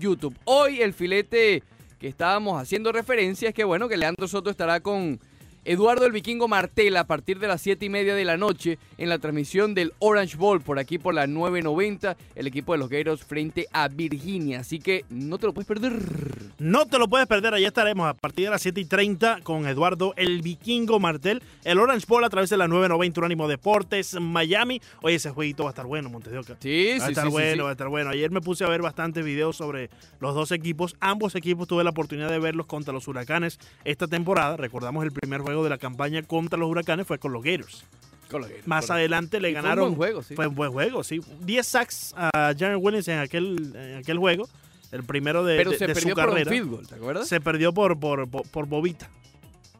YouTube. Hoy el filete que estábamos haciendo referencia es que bueno, que Leandro Soto estará con Eduardo el Vikingo Martela a partir de las 7 y media de la noche en la transmisión del Orange Bowl por aquí por la 990, el equipo de los Guerreros frente a Virginia. Así que no te lo puedes perder. No te lo puedes perder, allá estaremos a partir de las 7 y 30 con Eduardo el Vikingo Martel, el Orange Bowl a través de la 990 Unánimo Deportes Miami. Oye, ese jueguito va a estar bueno, Montes de Oca. Sí, Va a sí, estar sí, sí, bueno, sí. va a estar bueno. Ayer me puse a ver bastantes videos sobre los dos equipos. Ambos equipos tuve la oportunidad de verlos contra los huracanes esta temporada. Recordamos el primer juego de la campaña contra los huracanes fue con los Gators. Con los Guerreros, Más correcto. adelante le Y eh. fue un ganaron. buen juego, sí. Fue un buen juego, sí. 10 sacks a Jaren Williams en aquel, en aquel juego. El primero de, Pero de- se de perdió su por un carrera. field goal, ¿te acuerdas? Se perdió por, por, por, por Bobita.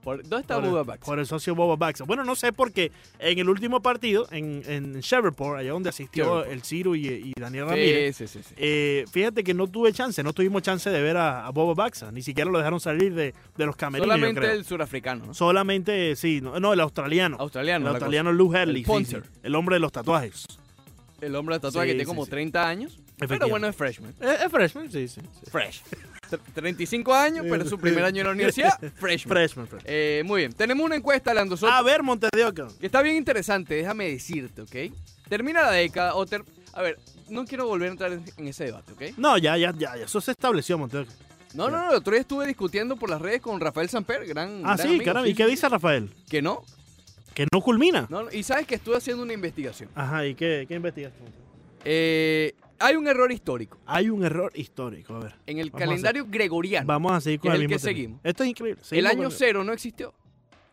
Por- ¿Dónde está por el- Buda Bax? Por el socio Boba Baxter. Bueno, no sé por qué. En el último partido, en, en Shreveport, allá donde asistió Shreveport. el Ciro y, y Daniel Ramírez. Sí, sí, sí, sí. Eh, fíjate que no tuve chance, no tuvimos chance de ver a, a Boba Baxa, ni siquiera lo dejaron salir de, de los camerinos, yo Solamente creo. el surafricano, ¿no? Solamente, sí, no, no, el australiano. Australiano. el la cosa. australiano Lou Hurley, El sí, sí, Ponzer. el hombre de los tatuajes. El hombre de tatuaje Sí, que tiene sí, como sí. 30 años. Pero Efectivamente. bueno, es freshman. Eh, Es, es freshman, sí, sí. sí. Fresh. 35 años, pero es su primer año en la universidad. Freshman. Freshman, freshman. Eh, muy bien. Tenemos una encuesta, Lando Soto, A ver, Montes de Oca. que está bien interesante, déjame decirte, ¿ok? Termina la década o ter- A ver, no quiero volver a entrar en- en ese debate, ¿ok? No, ya, ya, ya, ya, eso se estableció, Montes de Oca. No, no, no, el otro día estuve discutiendo por las redes con Rafael Samper, gran. Ah, gran sí, amigo, caramba. ¿Y qué dice Rafael? Que no, Que no culmina. no, no, Y sabes que estuve haciendo una investigación. Ajá, ¿y qué, qué investigaste? Eh, hay un error histórico Hay un error histórico, a ver. en el Vamos a calendario gregoriano. Vamos a seguir con es el, el que mismo tema. seguimos. Esto es increíble. el seguimos año con- cero no existió.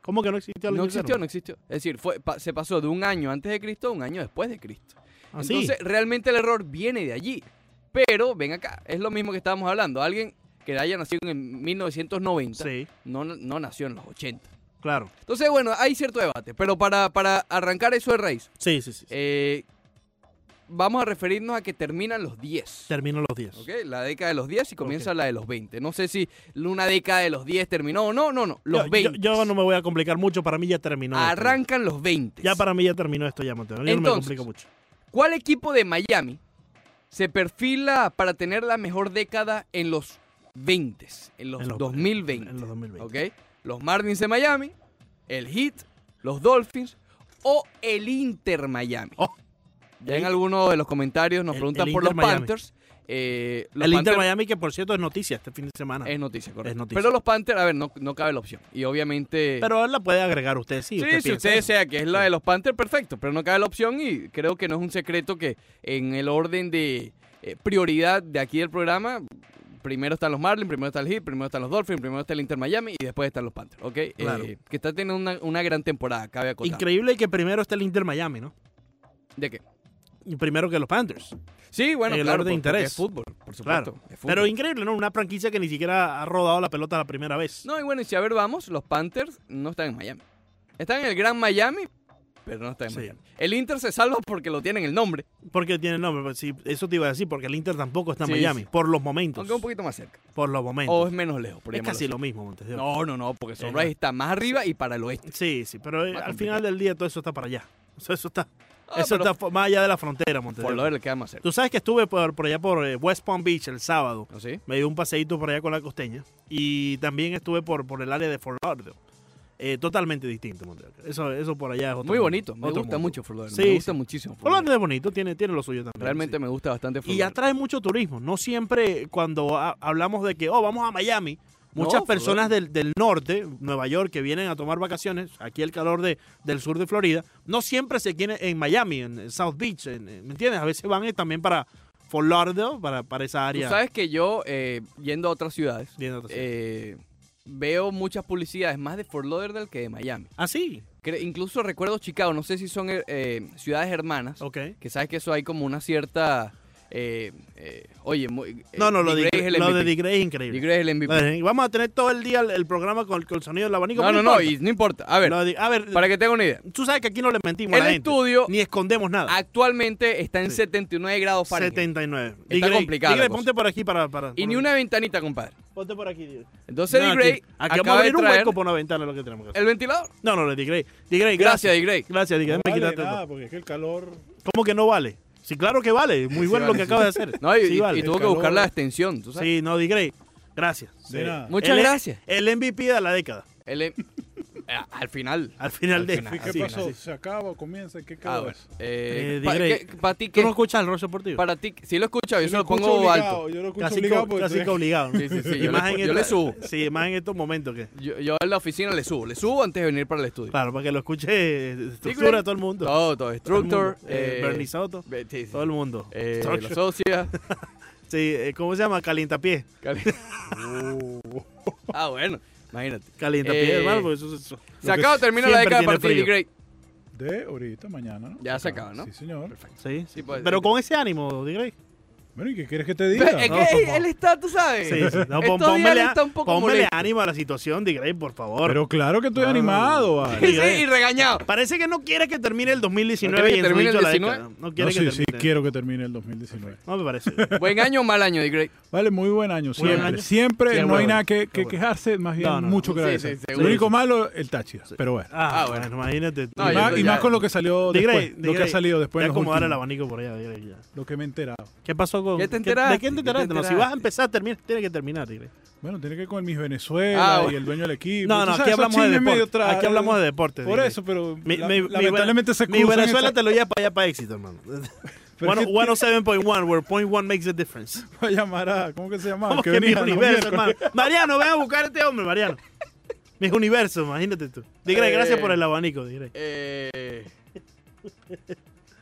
¿Cómo que no existió el No año cero? existió, no existió. Es decir, fue, pa- se pasó de un año antes de Cristo a un año después de Cristo. Ah, sí. Entonces, realmente el error viene de allí. Pero, ven acá, es lo mismo que estábamos hablando. Alguien que haya nacido en 1990 Sí, no, no nació en los 80. claro. Entonces, bueno, hay cierto debate. Pero para, para arrancar eso de raíz, Sí, sí, sí. eh, vamos a referirnos a que terminan los 10. Termino los 10. ¿ok? La década de los 10 y comienza la de los 20. No sé si una década de los 10 terminó o no. No, no, los yo, 20. Yo, yo no me voy a complicar mucho, para mí ya terminó. esto. Arrancan los 20. Ya para mí ya terminó esto ya, Mateo. Yo no me Entonces. complico mucho. ¿Cuál equipo de Miami se perfila para tener la mejor década en los 20, en los, En los- 2020? en los 2020. ¿ok? Los Marlins de Miami, el Heat, los Dolphins o el Inter Miami. Oh. ya en algunos de los comentarios nos El- preguntan el por los Inter Miami. Panthers. eh, los El Inter Panthers- Miami, que por cierto es noticia este fin de semana. es noticia, correcto. Es noticia. Pero los Panthers, a ver, no, no cabe la opción. Y obviamente... Pero la puede agregar usted, sí. Sí, usted si piensa usted eso. desea que es la Sí. de los Panthers, perfecto, pero no cabe la opción y creo que no es un secreto que en el orden de eh, prioridad de aquí del programa, primero están los Marlins, primero está el Heat, primero están los Dolphins, primero está el Inter Miami y después están los Panthers, ¿ok? Eh, Claro. que está teniendo una, una gran temporada, cabe acotar. Increíble que primero está el Inter Miami, ¿no? ¿De qué? Y primero que los Panthers. Sí, bueno, El claro, orden de porque interés. es fútbol, por supuesto. Claro. es fútbol. Pero increíble, ¿no? Una franquicia que ni siquiera ha rodado la pelota la primera vez. no, y bueno, y si a ver vamos, los Panthers no están en Miami. Están en el Gran Miami, pero no están en Sí. Miami. El Inter se salva porque lo tienen el nombre, Porque tiene nombre, pues, sí, eso te iba a decir, porque el Inter tampoco está en Sí, Miami. sí. Por los momentos. aunque un poquito más cerca. Por los momentos. O es menos lejos, por es llamarlo casi así. lo mismo, Montes. de Oca. No, no, no, porque Es más- Sunrise está más arriba y para el oeste. Sí, sí, pero eh, Más al complicado. final del día todo eso está para allá. Eso, eso está, Ah, eso pero está fu- más allá de la frontera, Montes. de Por Oca. lo del queda más cerca. Tú sabes que estuve por, por allá por eh, West Palm Beach el sábado. ¿No sí? Me dio un paseíto por allá con la costeña. Y también estuve por, por el área de Fort Lauderdale. Eh, totalmente distinto, Montes. de Oca. Eso, eso por allá es otro Muy mundo, bonito, me otro gusta mundo. mucho Fort Lauderdale, Sí, me gusta sí. muchísimo Fort Fort Lauderdale. Lauderdale es bonito, tiene, tiene lo suyo también. Realmente sí. me gusta bastante Fort Y Lauderdale. atrae mucho turismo. No siempre cuando ha- hablamos de que, oh, vamos a Miami, No, muchas Florida. personas del, del norte, Nueva York, que vienen a tomar vacaciones, aquí el calor de, del sur de Florida, no siempre se quieren en Miami, en South Beach, en- en- ¿me entiendes? A veces van eh, también para Fort Lauderdale, para, para esa Tú área. sabes que yo, eh, yendo a otras ciudades, de natación. eh, veo muchas publicidades más de Fort Lauderdale que de Miami. ah, sí, Cre- incluso recuerdo Chicago, no sé si son eh, eh, ciudades hermanas, ok. que sabes que eso hay como una cierta... eh, eh, oye, muy, eh, No, no, lo, Dick de, Gray es el lo MVP. de Dick Gray es Dick increíble. Gray es el MVP. Lo de- Vamos a tener todo el día el, el programa con, con el sonido del abanico. No, no, pero no, importa. y no importa. A ver, Lo de- a ver, para que tenga una idea. tú sabes que aquí no le mentimos a El la gente, estudio ni escondemos nada. actualmente está en Sí. 79 grados Fahrenheit. 79. Está complicada Digre, la cosa. ponte por aquí para. para Y por- ni una ventanita, compadre. Ponte por aquí, Digre. Entonces, No, Dick aquí- Gray Aquí, vamos a acaba de abrir un traer hueco por una ventana, es lo que tenemos que hacer. el ventilador. No, no, no, Digre. Digre, Gracias, gracias. Dick Gray. Gracias, Digre. No Déjame vale quitarte- nada, porque es que el calor. ¿Cómo que no vale? Sí, claro que vale. Sí, Muy bueno vale, lo que sí. acabas de hacer. No, y, Sí, y- vale. y tuvo que calor. buscar la extensión. ¿tú sabes? Sí, no, Digrey. Gracias. De Sí. nada. Muchas Él es gracias. El MVP de la década. Él es- Ah, al final. Al final Al de este, final, ¿Y qué sí, pasó? sí. ¿Se acaba o comienza? ¿Qué Ah, quedó? bueno. Eh, Eh, pa- Digrey. ¿qué- para ti, ¿Tú ¿qué? no escuchas el rol deportivo? Para ti, si lo escuchas, yo se lo escucho pongo obligado, alto. Yo lo escucho Casi, que- obligado porque casi que tú- obligado. ¿no? Sí, sí, sí, Y yo le más pu- en yo esta- le subo. Sí, más en estos momentos que... Yo, yo en la oficina le subo, le subo antes de venir para el estudio. Claro, para que lo escuche eh, estructura todo el mundo. Todo, todo. Todo el mundo. Structor, Eh, eh, Bernie Soto. ve- sí, sí. Todo el mundo. Eh, la Structure. socia. Sí, eh, ¿cómo se llama? Calientapié. Uh. ah, bueno, imagínate. Calientapié, Eh, hermano, porque eso, eso- Se acaba, termina la década siempre de tiene partir de frío. Grey. De ahorita, mañana, ¿no? Ya se acaba, ¿no? Sí, señor. Sí, Sí, pues, pero eh, con ese ánimo, Digrey. Bueno, ¿y qué quieres que te Ve, diga? Es No, que no. él está, tú sabes. Sí, sí. No, Estos pon- días él pónmele, a- está un poco pónmele molesto. ánimo a la situación, Digrey, por favor. Pero claro que estoy Ah. animado, vale. Sí, sí, Grey. y regañado. Parece que no quiere que termine el ¿No 2019 quiere y que en su termine dicho el la 19? década. No quiere No, que sí, sí, termine. quiero que termine el 2019. No me parece. Buen año o mal año de Grey. Vale, muy buen año, Muy buen siempre. año. Siempre Qué no hay bueno, nada que, qué que bueno. quejarse, más bien No, no, no. mucho que Sí, sí, agradecer. seguro. Lo único malo, el Táchira, pero bueno. Ah, Ah, bueno. bueno. imagínate. tú. No, y, yo- más, y ya- más con lo que salió Digrey, después, lo Digrey, que ha salido después. ya en los acomodar el últimos. abanico por allá, Digrey, ya. Lo que me he enterado. ¿Qué pasó con.? ¿Ya te qué- enteraste? ¿De quién te ¿Ya te enteraste? No, si vas a enteraste? empezar, termina, tiene que terminar, Digrey. Bueno, tiene que con mis Venezuela Ah, bueno. y el dueño del equipo. No, Tú no, sabes, aquí esos hablamos de chismes medio deporte. tra- Aquí hablamos de deporte. Por Digrey. eso, pero Mi- la- mi- mi- lamentablemente se Mi cruzan Venezuela esa- te lo lleva para allá para éxito, hermano. Pero es que 107.1, where point one makes a difference. Va a llamar a. ¿Cómo que se llama? ¿Cómo Ah, Que que mis venía los universos, miércoles. hermano? Mariano, ven a buscar a este hombre, Mariano. Mis universos, imagínate tú. Digrey, Eh. gracias por el abanico, Digrey. Eh,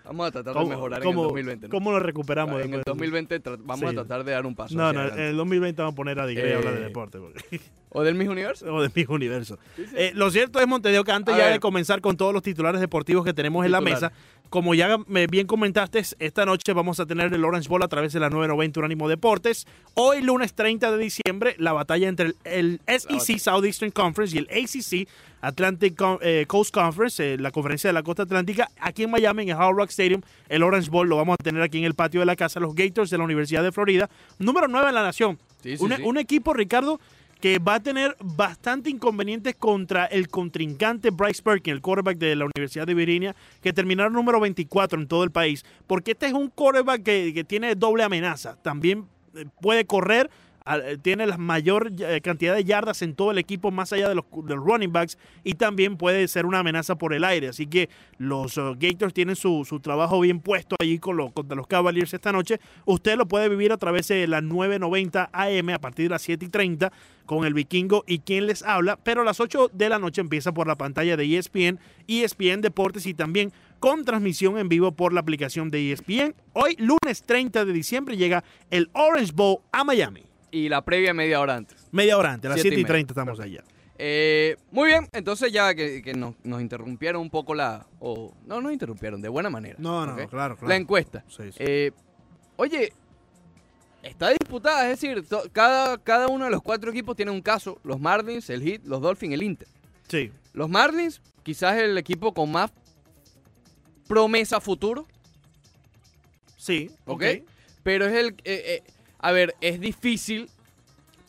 vamos a tratar de ¿Cómo- mejorar cómo- en el 2020. ¿no? Ah, ¿Cómo lo recuperamos? en después el de- 2020 tra- vamos a Sí. tratar de dar un paso. No, hacia no, en adelante. el 2020 vamos a poner a Digrey a hablar de Eh. deporte. porque- ¿O del Miss Universo? o de mis universos. Eh, lo cierto es, Montevideo, que antes A ya ver. de comenzar con todos los titulares deportivos que tenemos en la Titulares. mesa, como ya me bien comentaste, esta noche vamos a tener el Orange Bowl a través de la 990 Unánimo Deportes. Hoy, lunes 30 de diciembre, la batalla entre el, el SEC Southeastern Conference y el ACC Atlantic Con- eh, Coast Conference, eh, la conferencia de la costa atlántica, aquí en Miami, en el Hard Rock Stadium. El Orange Bowl lo vamos a tener aquí en el patio de la casa, los Gators de la Universidad de Florida, número 9 en la nación. Sí, sí, un, sí. un equipo, Ricardo, que va a tener bastante inconvenientes contra el contrincante Bryce Perkins, el quarterback de la Universidad de Virginia, que terminaron número 24 en todo el país. Porque este es un quarterback que, que tiene doble amenaza. También eh, puede correr, al- eh, tiene la mayor eh, cantidad de yardas en todo el equipo, más allá de los, de los running backs, y también puede ser una amenaza por el aire. Así que los eh, Gators tienen su, su trabajo bien puesto allí con los, contra los Cavaliers esta noche. Usted lo puede vivir a través de las 9.90 AM a partir de las 7.30 con el vikingo y quien les habla. Pero a las 8 de la noche empieza por la pantalla de E ESPN, ESPN Deportes y también con transmisión en vivo por la aplicación de E ESPN. Hoy, lunes 30 de diciembre, llega el Orange Bowl a Miami. Y la previa media hora antes. Media hora antes, a las Siete y 7.30 estamos allá. Eh, muy bien, entonces ya que, que nos, nos interrumpieron un poco la... o no, nos interrumpieron, de buena manera. No, no, ¿ok? claro, La claro. encuesta. Sí, sí. Eh, oye, está disputada, es decir, to- cada, cada uno de los cuatro equipos tiene un caso. Los Marlins, el Heat, los Dolphins, el Inter. Sí. Los Marlins, quizás el equipo con más promesa futuro, Sí, ¿ok? ok. Pero es el... eh, eh, a ver, es difícil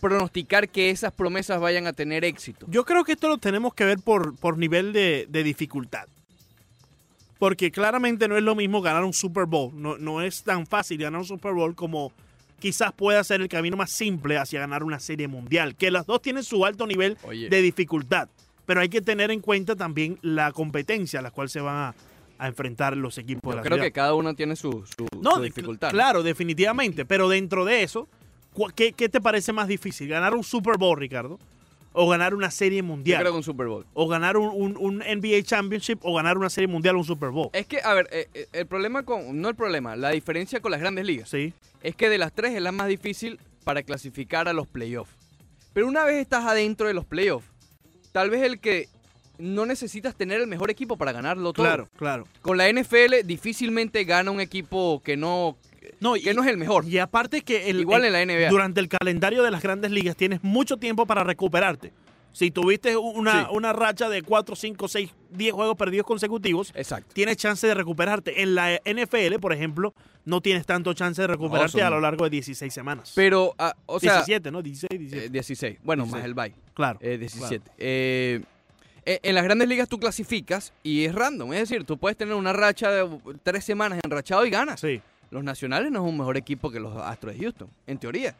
pronosticar que esas promesas vayan a tener éxito. Yo creo que esto lo tenemos que ver por, por nivel de, de dificultad. Porque claramente no es lo mismo ganar un Super Bowl. No, no es tan fácil ganar un Super Bowl como quizás pueda ser el camino más simple hacia ganar una serie mundial. Que las dos tienen su alto nivel Oye. de dificultad. Pero hay que tener en cuenta también la competencia a la cual se van a, a enfrentar los equipos de Yo la creo ciudad. que cada uno tiene su, su- No, su de- dificultad. ¿no? Claro, definitivamente. Pero dentro de eso, cua- ¿qué, qué te parece más difícil? ¿Ganar un Super Bowl, Ricardo? ¿O ganar una serie Yo mundial? creo que un Super Bowl. o ganar un, un- un NBA Championship o ganar una serie mundial o un Super Bowl. Es que, a ver, eh, eh, el problema con. No el problema, la diferencia con las grandes ligas Sí. es que de las tres es la más difícil para clasificar a los playoffs. Pero una vez estás adentro de los playoffs, tal vez el que no necesitas tener el mejor equipo para ganarlo todo. Claro, claro. Con la NFL difícilmente gana un equipo que no, No, y, que no es el mejor. y aparte que el- Igual el- en la NBA. durante el calendario de las grandes ligas tienes mucho tiempo para recuperarte. Si tuviste u- una, Sí. una racha de 4, 5, 6, 10 juegos perdidos consecutivos, Exacto. tienes chance de recuperarte. En la NFL, por ejemplo, no tienes tanto chance de recuperarte eso a no. lo largo de 16 semanas. Pero, ah, o sea, 17, ¿no? 16, 17. eh, 16. Bueno, más 16. el bye. claro. Eh, 17. Eh, eh, en las grandes ligas tú clasificas y es random. Es decir, tú puedes tener una racha de uh, tres semanas enrachado y ganas. Sí, Los Nacionales no es un mejor equipo que los Astros de Houston, en teoría. ¿eh?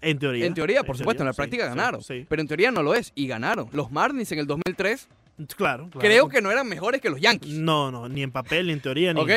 en teoría. En teoría, por supuesto, en la sí, práctica sí, ganaron. Sí, Pero en teoría no lo es, y ganaron. Los Marlins en el 2003 Claro, claro. creo que no eran mejores que los Yankees. No, no, ni en papel, ni en teoría, ni. ¿Ok?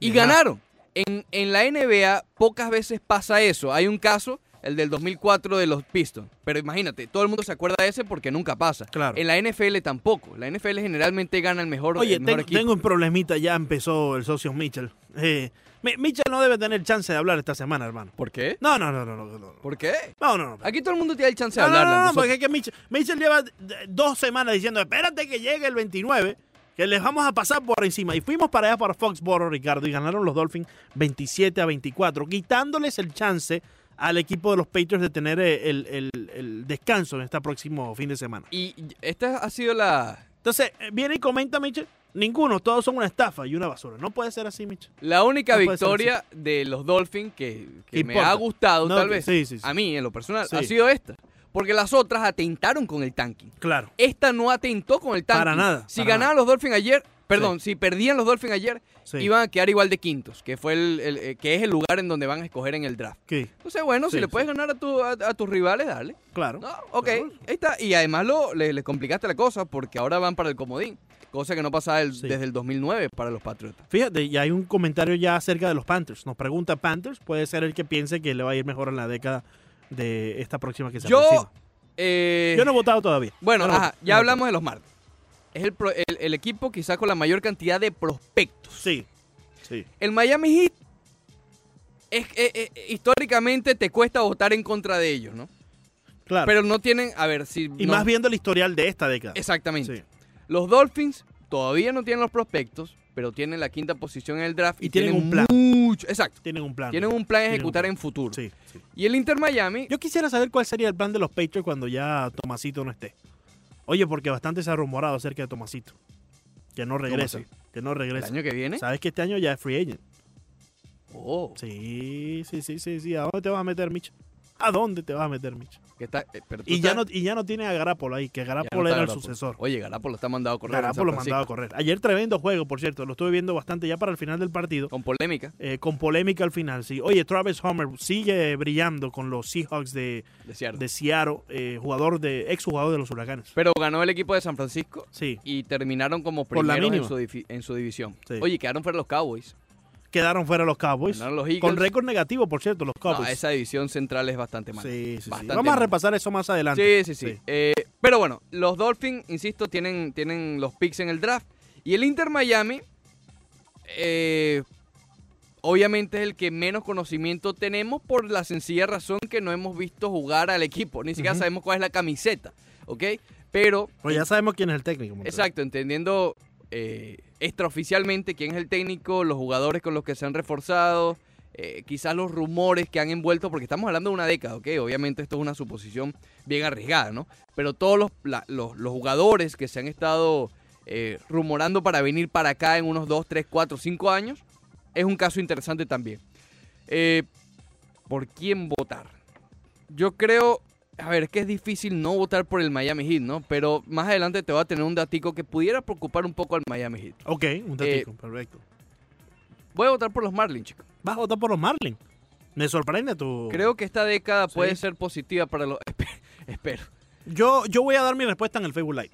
Y ni nada. ganaron. En, en la NBA pocas veces pasa eso. Hay un caso, el del 2004 de los Pistons. Pero imagínate, todo el mundo se acuerda de ese porque nunca pasa. Claro. En la NFL tampoco. La NFL generalmente gana el mejor, Oye, el eh, mejor ten- equipo. tengo un problemita, ya empezó el socio Mitchell. Eh, Mi- Mitchell no debe tener chance de hablar esta semana, hermano. ¿Por qué? No, no, no, no, no, no. no. ¿Por qué? No, no, no. Aquí todo el mundo tiene el chance de No, no, hablar. no, no, Leandro porque es que Mitchell, Mitchell lleva d- dos semanas diciendo, espérate que llegue el 29, que les vamos a pasar por encima. Y fuimos para allá para Foxboro, Ricardo, y ganaron los Dolphins 27 a 24, quitándoles el chance al equipo de los Patriots de tener eh, el, el- el descanso en este próximo fin de semana. Y esta ha sido la, Entonces, eh, viene y comenta Mitchell, ninguno, todos son una estafa y una basura. No puede ser así, Mitchell. la única No puede ser victoria de los Dolphins que, que ¿Qué me importa? ha gustado, No, tal que- vez, sí, sí, sí. a mí en lo personal, Sí. ha sido esta. Porque las otras atentaron con el tanking. Claro. Esta no atentó con el tanking. Para nada, Si para ganaban los Dolphins ayer, perdón, si perdían los Dolphins ayer, Sí. iban a quedar igual de quintos, que fue el, el- eh, que es el lugar en donde van a escoger en el draft. ¿Qué? Entonces, bueno, Sí, si le sí. puedes ganar a, tu- a- a tus rivales, dale. Claro. No, ok, Pero- ahí está. Y además lo, le, le complicaste la cosa porque ahora van para el comodín, cosa que no pasaba el- Sí. desde el 2009 para los Patriotas. Fíjate, y hay un comentario ya acerca de los Panthers. Nos pregunta Panthers, puede ser el que piense que le va a ir mejor en la década de esta próxima que se Yo, aproxima. eh, Yo no he votado todavía. bueno, Yo no he ajá, votado. Yo ya no pues. he hablamos de los Martes. Es el, pro- el- el equipo quizás con la mayor cantidad de prospectos. votado. Sí, sí. El Miami Heat es, eh, eh, históricamente te cuesta votar en contra de ellos, ¿no? Claro. Pero no tienen, a ver, si y no- más viendo el historial de esta década. exactamente. Sí. Los Dolphins todavía no tienen los prospectos, pero tienen la quinta posición en el draft Y tienen un plan. mucho- exacto. Tienen un plan. Tienen un plan a Tienen un ejecutar plan. en futuro. Sí, sí. Y el Inter Miami, Yo quisiera saber cuál sería el plan de los Patriots cuando ya Tomasito no esté. Oye, porque bastante se ha rumorado acerca de Tomasito. Que no regresa. Que no el regresa. año que viene. Sabes que este año ya es free agent. Oh, Sí, sí, sí, sí, sí. ¿A dónde te vas a meter, Micho? ¿A dónde te vas a meter, Micho? que está, eh, pero tú Y ya, no, estás- y ya no tiene a Garapolo ahí, que ya no Garapolo está era el Garoppolo. sucesor. Oye, Garapolo está mandado a correr. en Garapolo San mandaba a Francisco. correr. Ayer tremendo juego, por cierto. Lo estuve viendo bastante ya para el final del partido. Con polémica eh, con polémica al final, sí. Oye, Travis Homer sigue brillando con los Seahawks de, de Seattle. de Seattle, eh, jugador de, ex jugador de los huracanes. Pero ganó el equipo de San Francisco Sí. y terminaron como Por la primeros en, mínima. su difi- en su división. Sí. Oye, quedaron fuera los Cowboys. Quedaron fuera los Cowboys. Ganaron los Eagles. Con récord negativo, por cierto, los No, Cowboys. esa división central es bastante mala. Sí, sí, sí. Bastante Vamos a mal. repasar eso más adelante. Sí, sí, sí. Eh, pero bueno, los Dolphins, insisto, tienen, tienen los picks en el draft. Y el Inter Miami, eh, obviamente es el que menos conocimiento tenemos por la sencilla razón que no hemos visto jugar al equipo. Ni siquiera Ujú. sabemos cuál es la camiseta, ¿ok? Pero, Pues ya sabemos quién es el técnico. Montero. exacto, entendiendo eh, extraoficialmente quién es el técnico, los jugadores con los que se han reforzado. eh, quizás los rumores que han envuelto, porque estamos hablando de una década, ¿ok? Obviamente esto es una suposición bien arriesgada, ¿no? Pero todos los, la- los, los jugadores que se han estado eh, rumorando para venir para acá en unos 2, 3, 4, 5 años, es un caso interesante también. Eh, ¿Por quién votar? Yo creo, a ver, es que es difícil no votar por el Miami Heat, ¿no? Pero más adelante te va a tener un datico que pudiera preocupar un poco al Miami Heat. Ok, Eh, un técnico, perfecto. Voy a votar por los Marlins, chicos. Vas a votar por los Marlins. Me sorprende tu. Creo que esta década Oh. Sí. puede ser positiva para los... Espero. espero. Yo, yo voy a dar mi respuesta en el Facebook Live.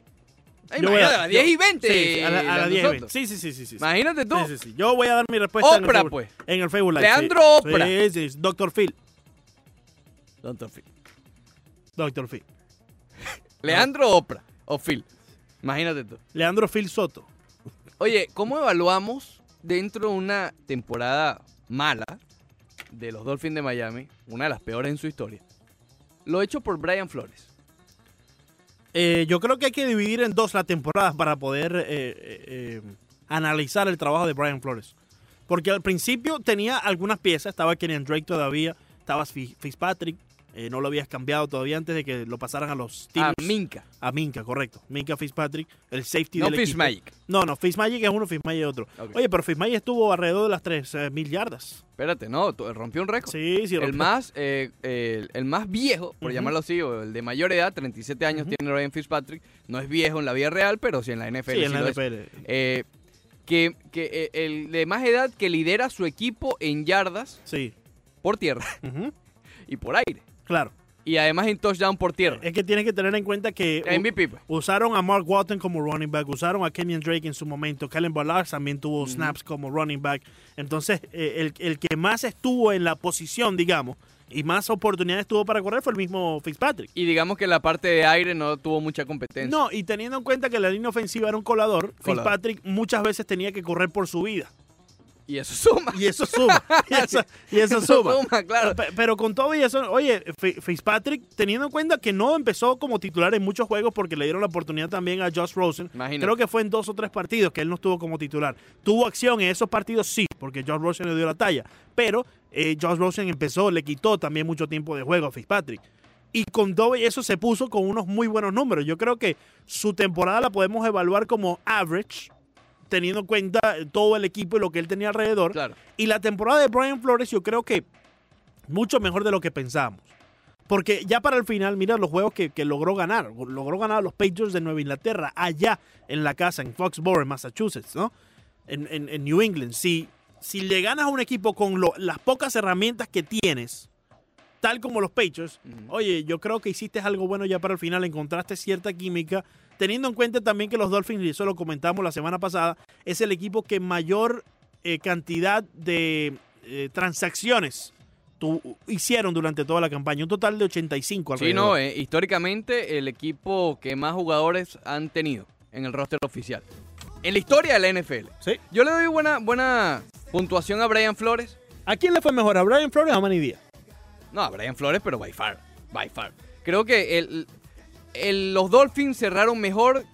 Ay, Yo voy imagínate, a- a las 10 y 20. Sí, sí, a la- a Leandro las 10 y Soto. 20. Sí, sí, sí, sí. sí, sí. Imagínate tú. Sí, sí, sí. Yo voy a dar mi respuesta en el Oprah, Facebook, pues. en el Facebook Live. Leandro sí. Oprah. Sí, sí, sí. Dr. Phil. Don't Phil. Dr. Phil. Leandro Opra o Phil. Imagínate tú. Leandro Phil Soto. Oye, ¿cómo evaluamos dentro de una temporada mala de los Dolphins de Miami, una de las peores en su historia, lo hecho por Brian Flores? Eh, yo creo que hay que dividir en dos las temporadas para poder eh, eh, eh, analizar el trabajo de Brian Flores. Porque al principio tenía algunas piezas. Estaba Kenyan Drake todavía. Estaba Fi- Fitzpatrick. Eh, no lo habías cambiado todavía antes de que lo pasaran a los A Tigers. Minca. A Minca, correcto. Minca Fitzpatrick, el safety No del equipo. Fitzmagic. No, no, Fitzmagic es uno, Fitzmagic es otro. Ok. Oye, pero Fitzmagic estuvo alrededor de las 3.000 yardas. Espérate, no, to- rompió un récord. Sí, sí. El rompió. más, eh, el, el más viejo, por Ujú. llamarlo así, o el de mayor edad, 37 años Ujú. tiene Ryan Fitzpatrick. No es viejo en la vida real, pero sí en la NFL. Sí, en la lo es. NFL. Eh, que que eh, el de más edad que lidera su equipo en yardas Sí. por tierra Ujú, y por aire. Claro. Y además en touchdown por tierra. Es que tienes que tener en cuenta que u- MVP, pues. usaron a Mark Walton como running back, usaron a Kenyon Drake en su momento, Kellen Ballard también tuvo Ujú. snaps como running back. Entonces, eh, el, el que más estuvo en la posición, digamos, y más oportunidades tuvo para correr fue el mismo Fitzpatrick. Y digamos que la parte de aire no tuvo mucha competencia. No, y teniendo en cuenta que la línea ofensiva era un colador, Colador. Fitzpatrick muchas veces tenía que correr por su vida. Y eso suma. Y eso suma. y eso, y eso suma. claro. Pe- Pero con todo y eso, oye, Fi- Fitzpatrick, teniendo en cuenta que no empezó como titular en muchos juegos porque le dieron la oportunidad también a Josh Rosen, Imagínate. creo que fue en dos o tres partidos que él no estuvo como titular. Tuvo acción en esos partidos, sí, porque Josh Rosen le dio la talla, pero eh, Josh Rosen empezó, le quitó también mucho tiempo de juego a Fitzpatrick. Y con todo y eso se puso con unos muy buenos números. Yo creo que su temporada la podemos evaluar como average, teniendo en cuenta eh, todo el equipo y lo que él tenía alrededor. Claro. Y la temporada de Brian Flores yo creo que mucho mejor de lo que pensamos. Porque ya para el final, mira los juegos que, que logró ganar. Logró ganar a los Patriots de Nueva Inglaterra, allá en la casa, en Foxborough, en Massachusetts, ¿no? En, en- en New England. Si, si le ganas a un equipo con lo- las pocas herramientas que tienes, tal como los Patriots, Ujú. oye, yo creo que hiciste algo bueno ya para el final, encontraste cierta química, teniendo en cuenta también que los Dolphins, y eso lo comentamos la semana pasada, es el equipo que mayor eh, cantidad de eh, transacciones tu- hicieron durante toda la campaña, un total de 85 Sí, no, alrededor. eh, históricamente el equipo que más jugadores han tenido en el roster oficial. En la historia de la NFL. Sí. Yo le doy buena, buena puntuación a Brian Flores. ¿A quién le fue mejor, a Brian Flores o a Manny Díaz? No, a Brian Flores, pero by far. By far. Creo que el, el- los Dolphins cerraron mejor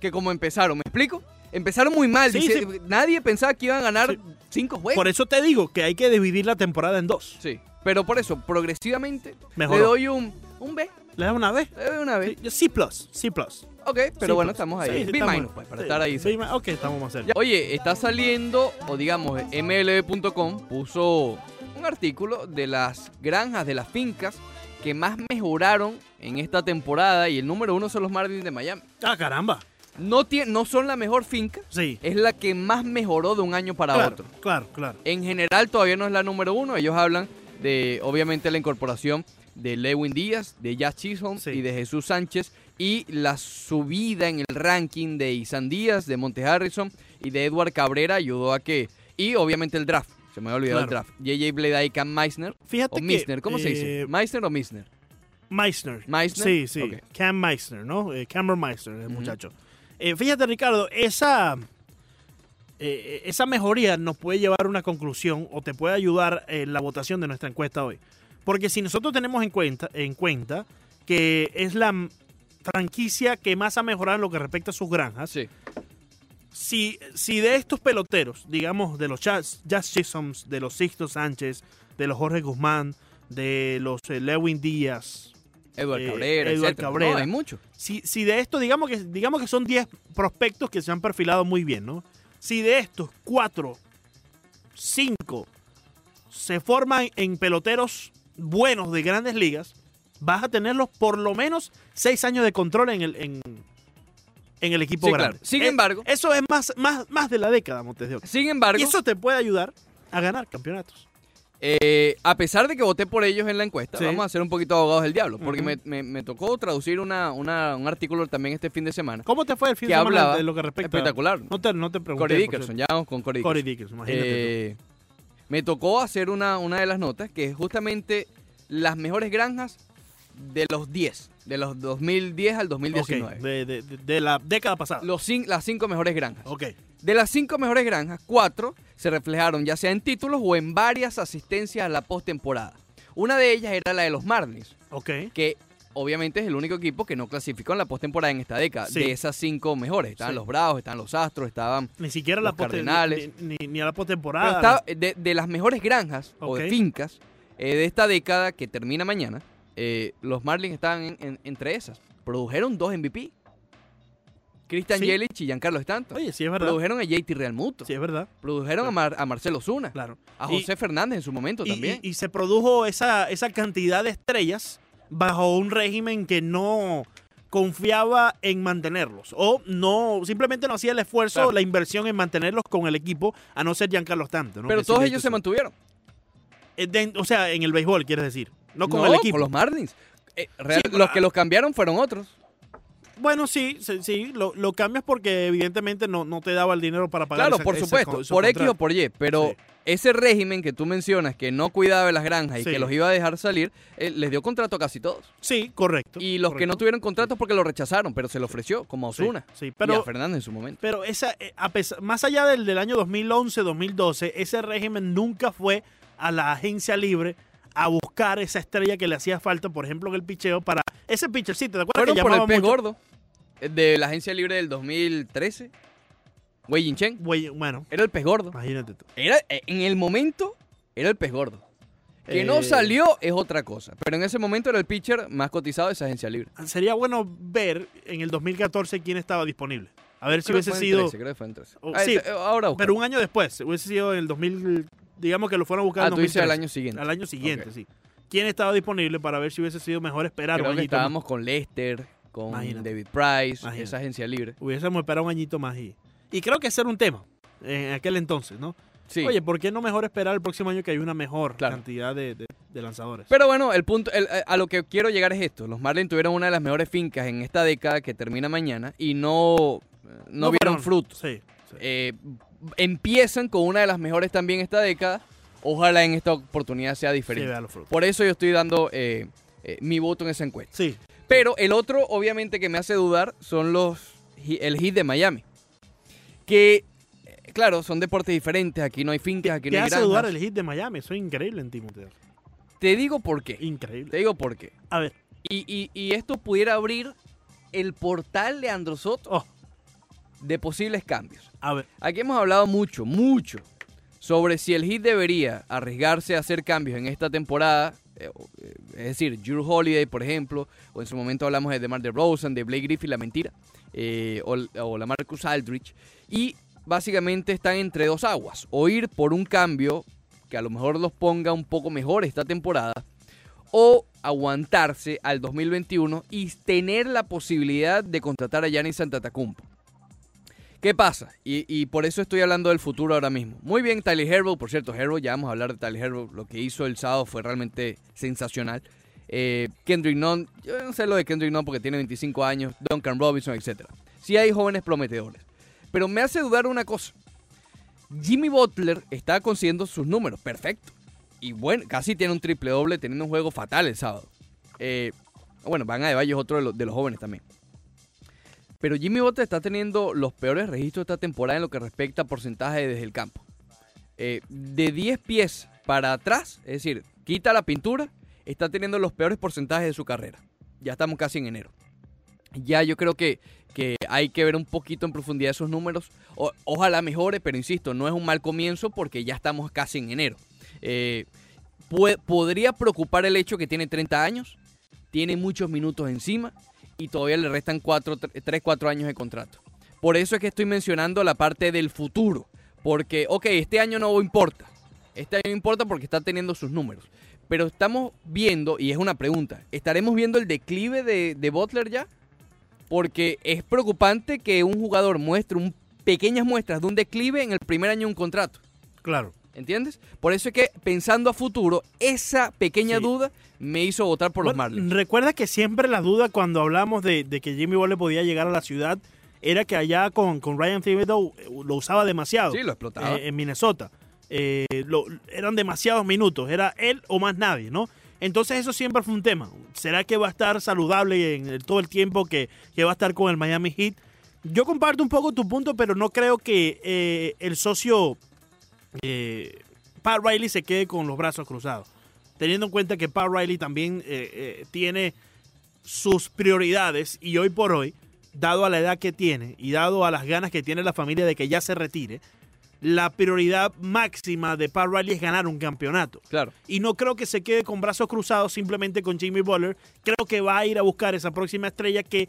que como empezaron. ¿Me explico? Empezaron muy mal. Sí, dice- sí. Nadie pensaba que iban a ganar Sí. cinco juegos. Por eso te digo que hay que dividir la temporada en dos. Sí, pero por eso, progresivamente, Mejoró. le doy un, un B, ¿Le das una vez? le doy una B. Sí, pues. yo C+, C+. Ok, pero bueno, estamos ahí. B minus, pues, para estar ahí. ok, estamos más cerca. Ya, Oye, está saliendo, o digamos, MLB.com puso un artículo de las granjas, de las fincas que más mejoraron en esta temporada y el número uno son los Marlins de Miami. Ah, caramba. No, tie- no son la mejor finca, Sí. es la que más mejoró de un año para claro, otro. Claro, claro. En general todavía no es la número uno. Ellos hablan de, obviamente, la incorporación de Lewin Díaz, de Jazz Chisholm Sí. y de Jesús Sánchez y la subida en el ranking de Isan Díaz, de Monte Harrison y de Edward Cabrera ayudó a que... Y obviamente el draft. Se me había olvidado Claro. el draft. JJ Bleda y Cam Meissner. Fíjate O que... Misner, ¿cómo se dice? eh, ¿Meissner o Misner? Meissner. ¿Meissner? Sí, sí. Ok. Cam Meissner, ¿no? Eh, Cameron Meissner, el Ujú. muchacho. Eh, fíjate, Ricardo, esa, eh, esa mejoría nos puede llevar a una conclusión o te puede ayudar en la votación de nuestra encuesta hoy. Porque si nosotros tenemos en cuenta, en cuenta que es la m- franquicia que más ha mejorado en lo que respecta a sus granjas, Sí. si, si de estos peloteros, digamos, de los Jazz, Jazz Chisholms, de los Sixto Sánchez, de los Jorge Guzmán, de los eh, Lewin Díaz, Edward Eh, Cabrera, Edward etcétera. Cabrera. No, hay mucho. si, si de esto, digamos que, digamos que son 10 prospectos que se han perfilado muy bien, ¿no? Si de estos 4, 5 se forman en peloteros buenos de grandes ligas, vas a tenerlos por lo menos 6 años de control en el, en, en el equipo Sí, claro. grande. Sin Eh, embargo- Eso es más, más, más de la década, Montes de Oca. Sin embargo, Y eso te puede ayudar a ganar campeonatos. Eh, a pesar de que voté por ellos en la encuesta, Sí. vamos a ser un poquito abogados del diablo, porque Ujú. me- me, me tocó traducir una, una- un artículo también este fin de semana. ¿Cómo te fue el fin de Que semana hablaba- de lo que respecta? Espectacular. No te, no te pregunté. Corey por Dickerson, cierto. ya vamos con Corey Corey Dickerson. Dickerson, imagínate. tú. Eh, me tocó hacer una, una de las notas que es justamente las mejores granjas de los 10, de los 2010 al 2019. Ok, de, de- de- de la década pasada. Los cin- las cinco mejores granjas. ok. De las cinco mejores granjas, cuatro se reflejaron ya sea en títulos o en varias asistencias a la postemporada. Una de ellas era la de los Marlins. Ok. que obviamente es el único equipo que no clasificó en la postemporada en esta década. Sí. De esas cinco mejores, estaban Sí. los Bravos, estaban los Astros, estaban... Ni siquiera Los la poste- Cardenales. Ni, ni- ni a la postemporada. Pero estaba- de, de las mejores granjas o de Ok. fincas eh, de esta década que termina mañana, eh, los Marlins estaban en- en- entre esas. Produjeron dos MVP. Christian Sí. Yelich y Giancarlo Stanton. Oye, sí es verdad. Produjeron a JT Realmuto. Sí es verdad. Produjeron a, Mar- a Marcelo Zuna. Claro. A Y- José Fernández en su momento y, también. y- y se produjo esa, esa cantidad de estrellas bajo un régimen que no confiaba en mantenerlos o no simplemente no hacía el esfuerzo Claro. la inversión en mantenerlos con el equipo a no ser Giancarlo Stanton ¿no? Pero Que sí todos le ellos se hizo- mantuvieron. Eh, den- o sea en el béisbol quieres decir no con el equipo los Marlins. Eh, real- Sí, los ah. que los cambiaron fueron otros. bueno sí sí, sí, lo, lo cambias porque evidentemente no, no te daba el dinero para pagar Claro, esa- por ese supuesto, con- ese por X o contrato. por Y, pero Sí. ese régimen que tú mencionas que no cuidaba de las granjas y Sí. que los iba a dejar salir, eh, les dio contrato a casi todos. sí correcto Y los que no correcto. tuvieron contratos porque lo rechazaron, pero se lo ofreció, como a Sí, Osuna sí, y a pero Fernández en su momento. Pero esa, eh, a pesar- más allá del, del año 2011-2012, ese régimen nunca fue a la agencia libre a buscar esa estrella que le hacía falta, por ejemplo, en el picheo para ese pitchercito. ¿Te acuerdas Fueron que por el llamaba pez mucho? gordo eh, de la agencia libre del 2013. Wei Jinchen Güey, bueno, era el pez gordo. imagínate tú. Era, eh, en el momento era el pez gordo. Que no Eh, salió es otra cosa. Pero en ese momento era el pitcher más cotizado de esa agencia libre. Sería bueno ver en el 2014 quién estaba disponible. A ver si Creo que hubiese fue en sido. 13, creo que fue en 13. Oh, Ah, sí, este, eh, ahora busco. Pero un año después, hubiese sido en el 2000. Digamos que lo fueron a buscar Ah, en tú dices 2013, al año siguiente. Al año siguiente, sí. ¿Quién estaba disponible para ver si hubiese sido mejor esperar un Creo que añito más? estábamos con Lester, con Imagínate. David Price, Imagínate. esa agencia libre. hubiésemos esperado un añito más y, y creo que ese era un tema en aquel entonces, ¿no? Sí. Oye, ¿por qué no mejor esperar el próximo año que hay una mejor Claro. cantidad de, de- de lanzadores? Pero bueno, el punto, el- eh, a lo que quiero llegar es esto. Los Marlins tuvieron una de las mejores fincas en esta década que termina mañana y no, no, vieron fueron- frutos. Sí, sí. Eh, empiezan con una de las mejores también esta década. Ojalá en esta oportunidad sea Sí, diferente. vea los frutos. Por eso yo estoy dando eh, eh, mi voto en esa encuesta. Sí, Pero el otro, obviamente, que me hace dudar son los hi- el hit de Miami. Que, eh, claro, son deportes diferentes. Aquí no hay fincas, aquí ¿Qué no hay hace granjas. dudar el hit de Miami? Eso es increíble en Timo Teodoro. Te digo por qué. Te Increíble. digo por qué. A ver, Y, y- y esto pudiera abrir el portal de Andro Soto oh, de posibles cambios. a ver. Aquí hemos hablado mucho, mucho sobre si el hit debería arriesgarse a hacer cambios en esta temporada. eh, o- eh, Es decir, Drew Holiday, por ejemplo, o en su momento hablamos de DeMar DeRozan, de Blake Griffin, la mentira, eh, o, o la Marcus Aldrich. Y básicamente están entre dos aguas. O ir por un cambio que a lo mejor los ponga un poco mejor esta temporada, o aguantarse al 2021 y tener la posibilidad de contratar a Giannis Santatacumpo. ¿Qué pasa? Y, y por eso estoy hablando del futuro ahora mismo. Muy bien, Tyler Herbo, por cierto, Herbo, ya vamos a hablar de Tyler Herbo. Lo que hizo el sábado fue realmente sensacional. Eh, Kendrick Nunn, yo no sé lo de Kendrick Nunn porque tiene 25 años, Duncan Robinson, etc. Sí hay jóvenes prometedores. Pero me hace dudar una cosa. Jimmy Butler está consiguiendo sus números, perfecto. Y bueno, casi tiene un triple doble teniendo un juego fatal el sábado. Eh, bueno, Van Adebayo es otro de los- de los jóvenes también. Pero Jimmy Butler está teniendo los peores registros esta temporada en lo que respecta a porcentaje desde el campo. Eh, de 10 pies para atrás, es decir, quita la pintura, está teniendo los peores porcentajes de su carrera. Ya estamos casi en enero. Ya yo creo que, que hay que ver un poquito en profundidad esos números. O- ojalá mejore, pero insisto, no es un mal comienzo porque ya estamos casi en enero. Eh, pue- podría preocupar el hecho que tiene 30 años, tiene muchos minutos encima y todavía le restan 3, 4 años de contrato. Por eso es que estoy mencionando la parte del futuro. Porque, ok, este año no importa. Este año no importa porque está teniendo sus números. Pero estamos viendo, y es una pregunta, ¿estaremos viendo el declive de, de Butler ya? Porque es preocupante que un jugador muestre un- pequeñas muestras de un declive en el primer año de un contrato. Claro. ¿Entiendes? Por eso es que pensando a futuro, esa pequeña Sí. duda me hizo votar por los Bueno, Marlins. Recuerda que siempre la duda cuando hablamos de, de que Jimmy Butler podía llegar a la ciudad era que allá con, con Ryan Thibodeau eh, lo usaba demasiado. Sí, lo explotaba. eh, en Minnesota. Eh, lo- eran demasiados minutos, era él o más nadie, ¿no? Entonces eso siempre fue un tema. ¿Será que va a estar saludable en el- todo el tiempo que, que va a estar con el Miami Heat? Yo comparto un poco tu punto, pero no creo que eh, el socio eh, Pat Riley se quede con los brazos cruzados. Teniendo en cuenta que Pat Riley también eh, eh, tiene sus prioridades y hoy por hoy, dado a la edad que tiene y dado a las ganas que tiene la familia de que ya se retire, la prioridad máxima de Pat Riley es ganar un campeonato. Claro. Y no creo que se quede con brazos cruzados simplemente con Jimmy Butler. Creo que va a ir a buscar esa próxima estrella que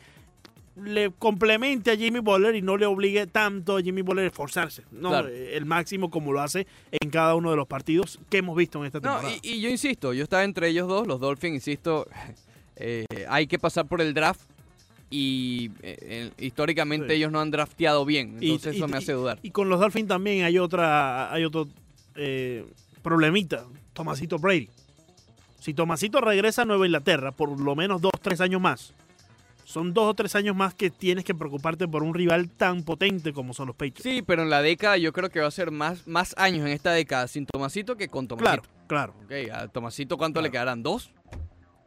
le complemente a Jimmy Butler y no le obligue tanto a Jimmy Butler a esforzarse. No, Claro. el máximo como lo hace en cada uno de los partidos que hemos visto en esta No, temporada. y, y yo insisto, yo estaba entre ellos dos, los Dolphins, insisto, eh, hay que pasar por el draft y eh, eh, históricamente Sí. ellos no han drafteado bien, Y- entonces y- eso me y- hace dudar. Y con los Dolphins también hay otra, hay otro eh, problemita. Tomasito Brady. Si Tomasito regresa a Nueva Inglaterra por lo menos dos, tres años más, son dos o tres años más que tienes que preocuparte por un rival tan potente como son los Patriots. Sí, pero en la década yo creo que va a ser más, más años en esta década sin Tomasito que con Tomasito. claro, claro. Ok, a Tomasito ¿cuánto le Claro. quedarán? ¿Dos?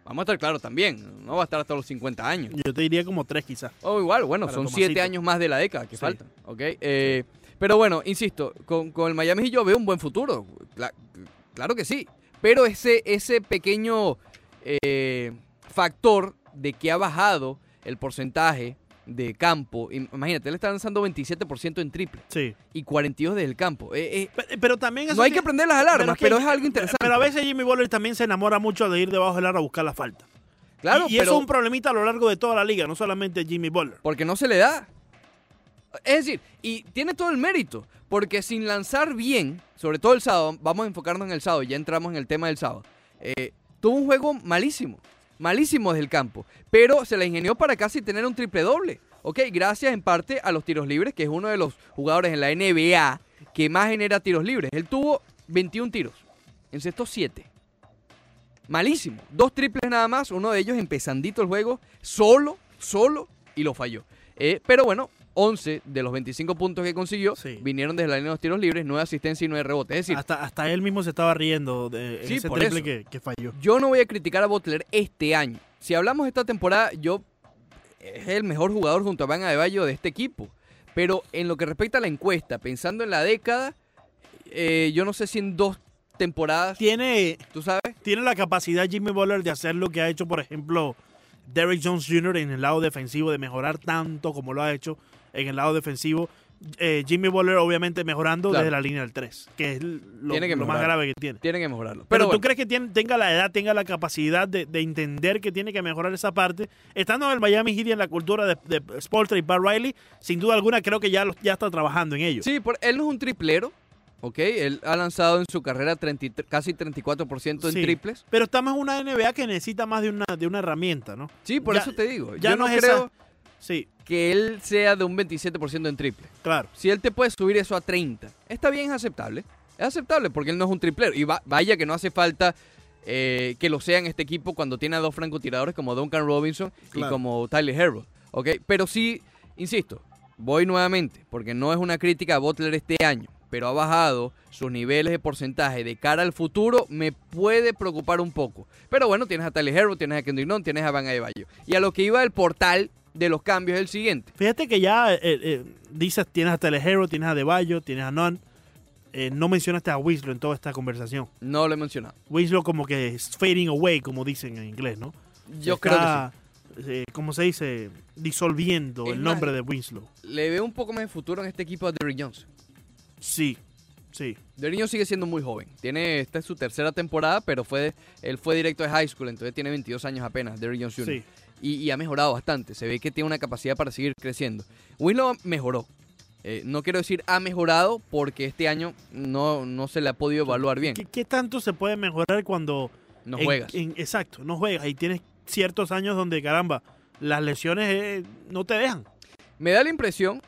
Vamos a estar claros también, no va a estar hasta los 50 años. Yo te diría como tres quizás. Oh, igual, bueno, Para son Tomasito. siete años más de la década que Sí. faltan, ¿ok? Eh, pero bueno, insisto, con, con el Miami Heat yo veo un buen futuro, cla- claro que sí, pero ese, ese pequeño eh, factor de que ha bajado el porcentaje de campo, im- imagínate, él está lanzando 27% en triple Sí. y 42 desde el campo. Eh, eh, Pero, pero también eso no hay que tiene- prender las alarmas, pero, es que hay- es algo interesante. Pero a veces Jimmy Butler también se enamora mucho de ir debajo del aro a buscar la falta. claro, y y pero eso es un problemita a lo largo de toda la liga, no solamente Jimmy Butler. porque no se le da. Es decir, y tiene todo el mérito, porque sin lanzar bien, sobre todo el sábado, vamos a enfocarnos en el sábado, ya entramos en el tema del sábado, eh, tuvo un juego malísimo, malísimo desde el campo, pero se la ingenió para casi tener un triple doble. Ok, gracias en parte a los tiros libres, que es uno de los jugadores en la NBA que más genera tiros libres. Él tuvo 21 tiros, en sexto 7. Malísimo. Dos triples nada más, uno de ellos empezandito el juego, solo, solo, y lo falló. Eh, pero bueno, 11 de los 25 puntos que consiguió Sí. vinieron desde la línea de los tiros libres, 9 asistencias y 9 rebotes. Es decir, Hasta, hasta él mismo se estaba riendo de en Sí, ese por triple eso. que, que falló. yo no voy a criticar a Butler este año. Si hablamos de esta temporada, yo es el mejor jugador junto a Van Adebayo de este equipo. Pero en lo que respecta a la encuesta, pensando en la década, eh, yo no sé si en dos temporadas, Tiene, tú sabes, tiene la capacidad Jimmy Butler de hacer lo que ha hecho, por ejemplo, Derrick Jones Jr. en el lado defensivo, de mejorar tanto como lo ha hecho en el lado defensivo. Eh, Jimmy Butler obviamente mejorando Claro. desde la línea del 3, que es lo, Tiene que lo más mejorar. grave que tiene. tienen que mejorarlo. Pero, tú bueno. crees que tiene- tenga la edad, tenga la capacidad de, de entender que tiene que mejorar esa parte. Estando en el Miami Heat y en la cultura de, de Spoelstra y Pat Riley, sin duda alguna creo que ya, lo- ya está trabajando en ello. Sí, por, él no es un triplero, ¿ok? Él ha lanzado en su carrera 33 casi 34% en Sí. triples. Pero estamos en una NBA que necesita más de una, de una herramienta, ¿no? Sí, por Ya- eso te digo. ya Yo no, no es esa- creo Sí, que él sea de un 27% en triple. claro. Si él te puede subir eso a 30, está bien, es aceptable. Es aceptable porque él no es un triplero. Y va- vaya que no hace falta eh, que lo sea en este equipo cuando tiene a dos francotiradores como Duncan Robinson y Claro. como Tyler Herro. ¿ok? Pero sí, insisto, voy nuevamente, porque no es una crítica a Butler este año, pero ha bajado sus niveles de porcentaje de cara al futuro, me puede preocupar un poco. Pero bueno, tienes a Tyler Herro, tienes a Kendrick Nunn, tienes a Van Adebayo. Y a lo que iba el portal de los cambios es el siguiente. Fíjate que ya eh, eh, dices, tienes a Telehero, tienes a Deballo, tienes a Non. Eh, no mencionaste a Winslow en toda esta conversación. No lo he mencionado. Winslow como que es fading away, como dicen en inglés, ¿no? Yo creo que sí. creo que ¿Cómo se dice? Disolviendo Es el más- nombre de Winslow. le veo un poco más de futuro en este equipo a Derrick Jones. Sí, sí. Derrick Jones sigue siendo muy joven. Tiene, esta es su tercera temporada, pero fue, él fue directo de high school, entonces tiene 22 años apenas, Derrick Jones Jr. Sí, Y, y ha mejorado bastante. Se ve que tiene una capacidad para seguir creciendo. Winslow mejoró. Eh, no quiero decir ha mejorado porque este año no, no se le ha podido evaluar bien. ¿Qué, qué tanto se puede mejorar cuando No en- juegas. en- exacto, no juegas y tienes ciertos años donde, caramba, las lesiones eh, no te dejan. de- Me da la impresión,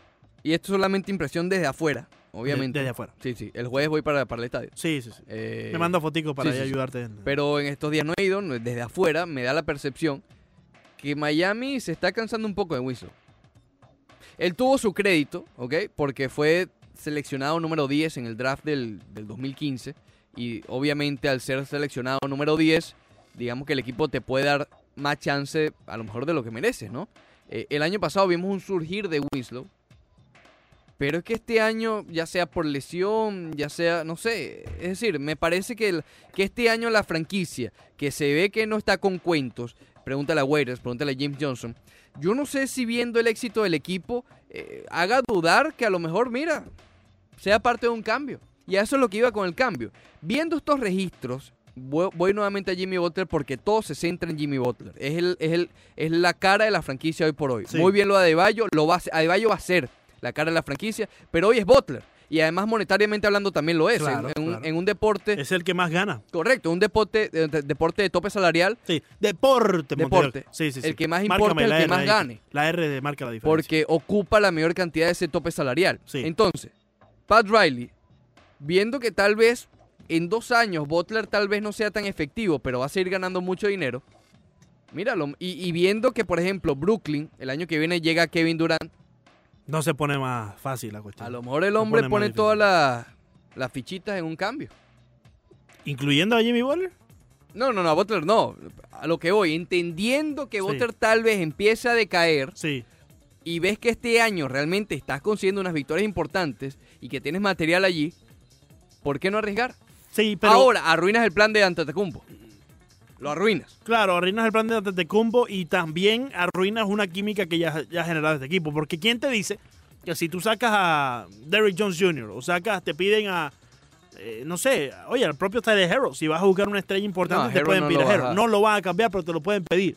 y esto es solamente impresión desde afuera, obviamente. Desde afuera. Sí, sí. El jueves voy para, para el estadio. Sí, sí, sí. Eh, Me manda fotico para sí, ahí sí, sí. ayudarte. en- Pero en estos días no he ido, no- desde afuera me da la percepción que Miami se está cansando un poco de Winslow. Él tuvo su crédito, ¿ok? Porque fue seleccionado número 10 en el draft del, del 2015. Y obviamente al ser seleccionado número 10, digamos que el equipo te puede dar más chance a lo mejor de lo que mereces, ¿no? Eh, el año pasado vimos un surgir de Winslow. Pero es que este año, ya sea por lesión, ya sea, no sé, es decir, me parece que, el- que este año la franquicia, que se ve que no está con cuentos, pregúntale a Waiters, pregúntale a James Johnson, yo no sé si viendo el éxito del equipo eh, haga dudar que a lo mejor, mira, sea parte de un cambio. Y a eso es lo que iba con el cambio. Viendo estos registros, vo- voy nuevamente a Jimmy Butler porque todo se centra en Jimmy Butler. Es, el, es, el, es la cara de la franquicia hoy por hoy. Sí. Muy bien lo de Adebayo, lo va a, ser- Adebayo va a ser la cara de la franquicia, pero hoy es Butler. Y además monetariamente hablando también lo es. En- Claro, en, un- claro. en un deporte, Es el que más gana. correcto, un deporte, eh, de- deporte de tope salarial, Sí, deporte. Montevideo. Deporte. Sí, sí, sí. El que más Márcame importa, el la que R más ahí. gane. La R de marca la diferencia. porque ocupa la mayor cantidad de ese tope salarial. Sí. Entonces, Pat Riley, viendo que tal vez en dos años Butler tal vez no sea tan efectivo, pero va a seguir ganando mucho dinero, míralo, y, y viendo que, por ejemplo, Brooklyn, el año que viene llega Kevin Durant, No se pone más fácil la cuestión. a lo mejor el Se hombre pone más pone difícil. todas las las fichitas en un cambio. Incluyendo a Jimmy Butler. No, no, no, a Butler no. A lo que voy, entendiendo que Sí. Butler tal vez empieza a decaer, Sí. y ves que este año realmente estás consiguiendo unas victorias importantes y que tienes material allí, ¿por qué no arriesgar? Sí, pero. Ahora arruinas el plan de Antetokounmpo. Lo arruinas. Claro, arruinas el plan de Antetokounmpo y también arruinas una química que ya, ya ha generado este equipo. Porque ¿quién te dice que si tú sacas a Derrick Jones Jr. o sacas, te piden a, eh, no sé, oye, al propio Tyler Hero, si vas a buscar una estrella importante, No, a te Herro pueden no pedir lo a vas Hero. a- No lo van a cambiar, pero te lo pueden pedir.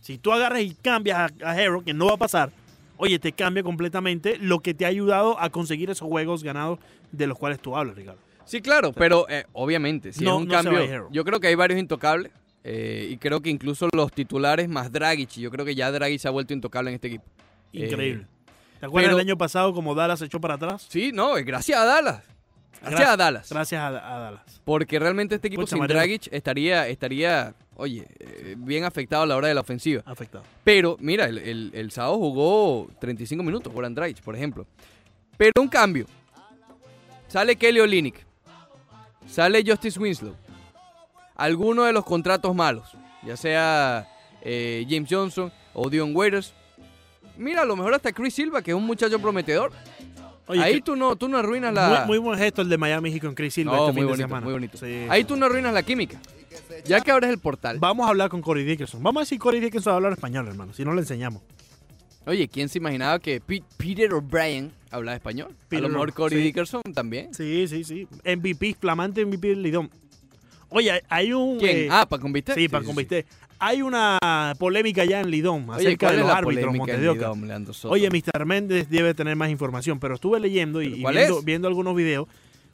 Si tú agarras y cambias a, a Hero, que no va a pasar, oye, te cambia completamente lo que te ha ayudado a conseguir esos juegos ganados de los cuales tú hablas, Ricardo. Sí, claro, pero eh, obviamente, si No, es un no se va cambio. Hero. Yo creo que hay varios intocables eh, y creo que incluso los titulares más Dragic. Yo creo que ya Dragic se ha vuelto intocable en este equipo. Eh, Increíble. ¿Te acuerdas pero- del año pasado como Dallas echó para atrás? Sí, no, es gracias a Dallas. Gracias a Dallas. Gracias a, a Dallas. Porque realmente este equipo Pucha, sin Mariano. Dragic estaría, estaría oye, eh, bien afectado a la hora de la ofensiva. afectado. Pero, mira, el, el- el sábado jugó 35 minutos por Dragic, por ejemplo. Pero un cambio. Sale Kelly Olynyk. Sale Justice Winslow. Alguno de los contratos malos. Ya sea eh, James Johnson o Dion Waiters. Mira, a lo mejor hasta Chris Silva, que es un muchacho prometedor. Oye, Ahí que- tú no, tú no arruinas la... muy, muy buen gesto el de Miami Heat con Chris Silva No, este muy fin bonito, de semana. muy bonito. Sí. Ahí tú no arruinas la química. Ya que abres el portal. Vamos a hablar con Corey Dickerson. Vamos a decir Corey Dickerson va a hablar español, hermano. Si no le enseñamos. Oye, ¿quién se imaginaba que Pe- Peter O'Brien hablaba español? Peter a lo mejor O'Brien, Corey sí. Dickerson también. Sí, sí, sí. MVP, flamante MVP del Lidón. Oye, hay- hay un. ¿Quién? eh, ah, para convistar. sí, para conviste. Hay una polémica ya en Lidón Oye, acerca ¿cuál de es los la árbitros polémica en Montes de Oca. Lidom, Leandro Soto? Oye, Mr. Méndez debe tener más información, pero estuve leyendo y, ¿Pero y cuál viendo, es? viendo algunos videos.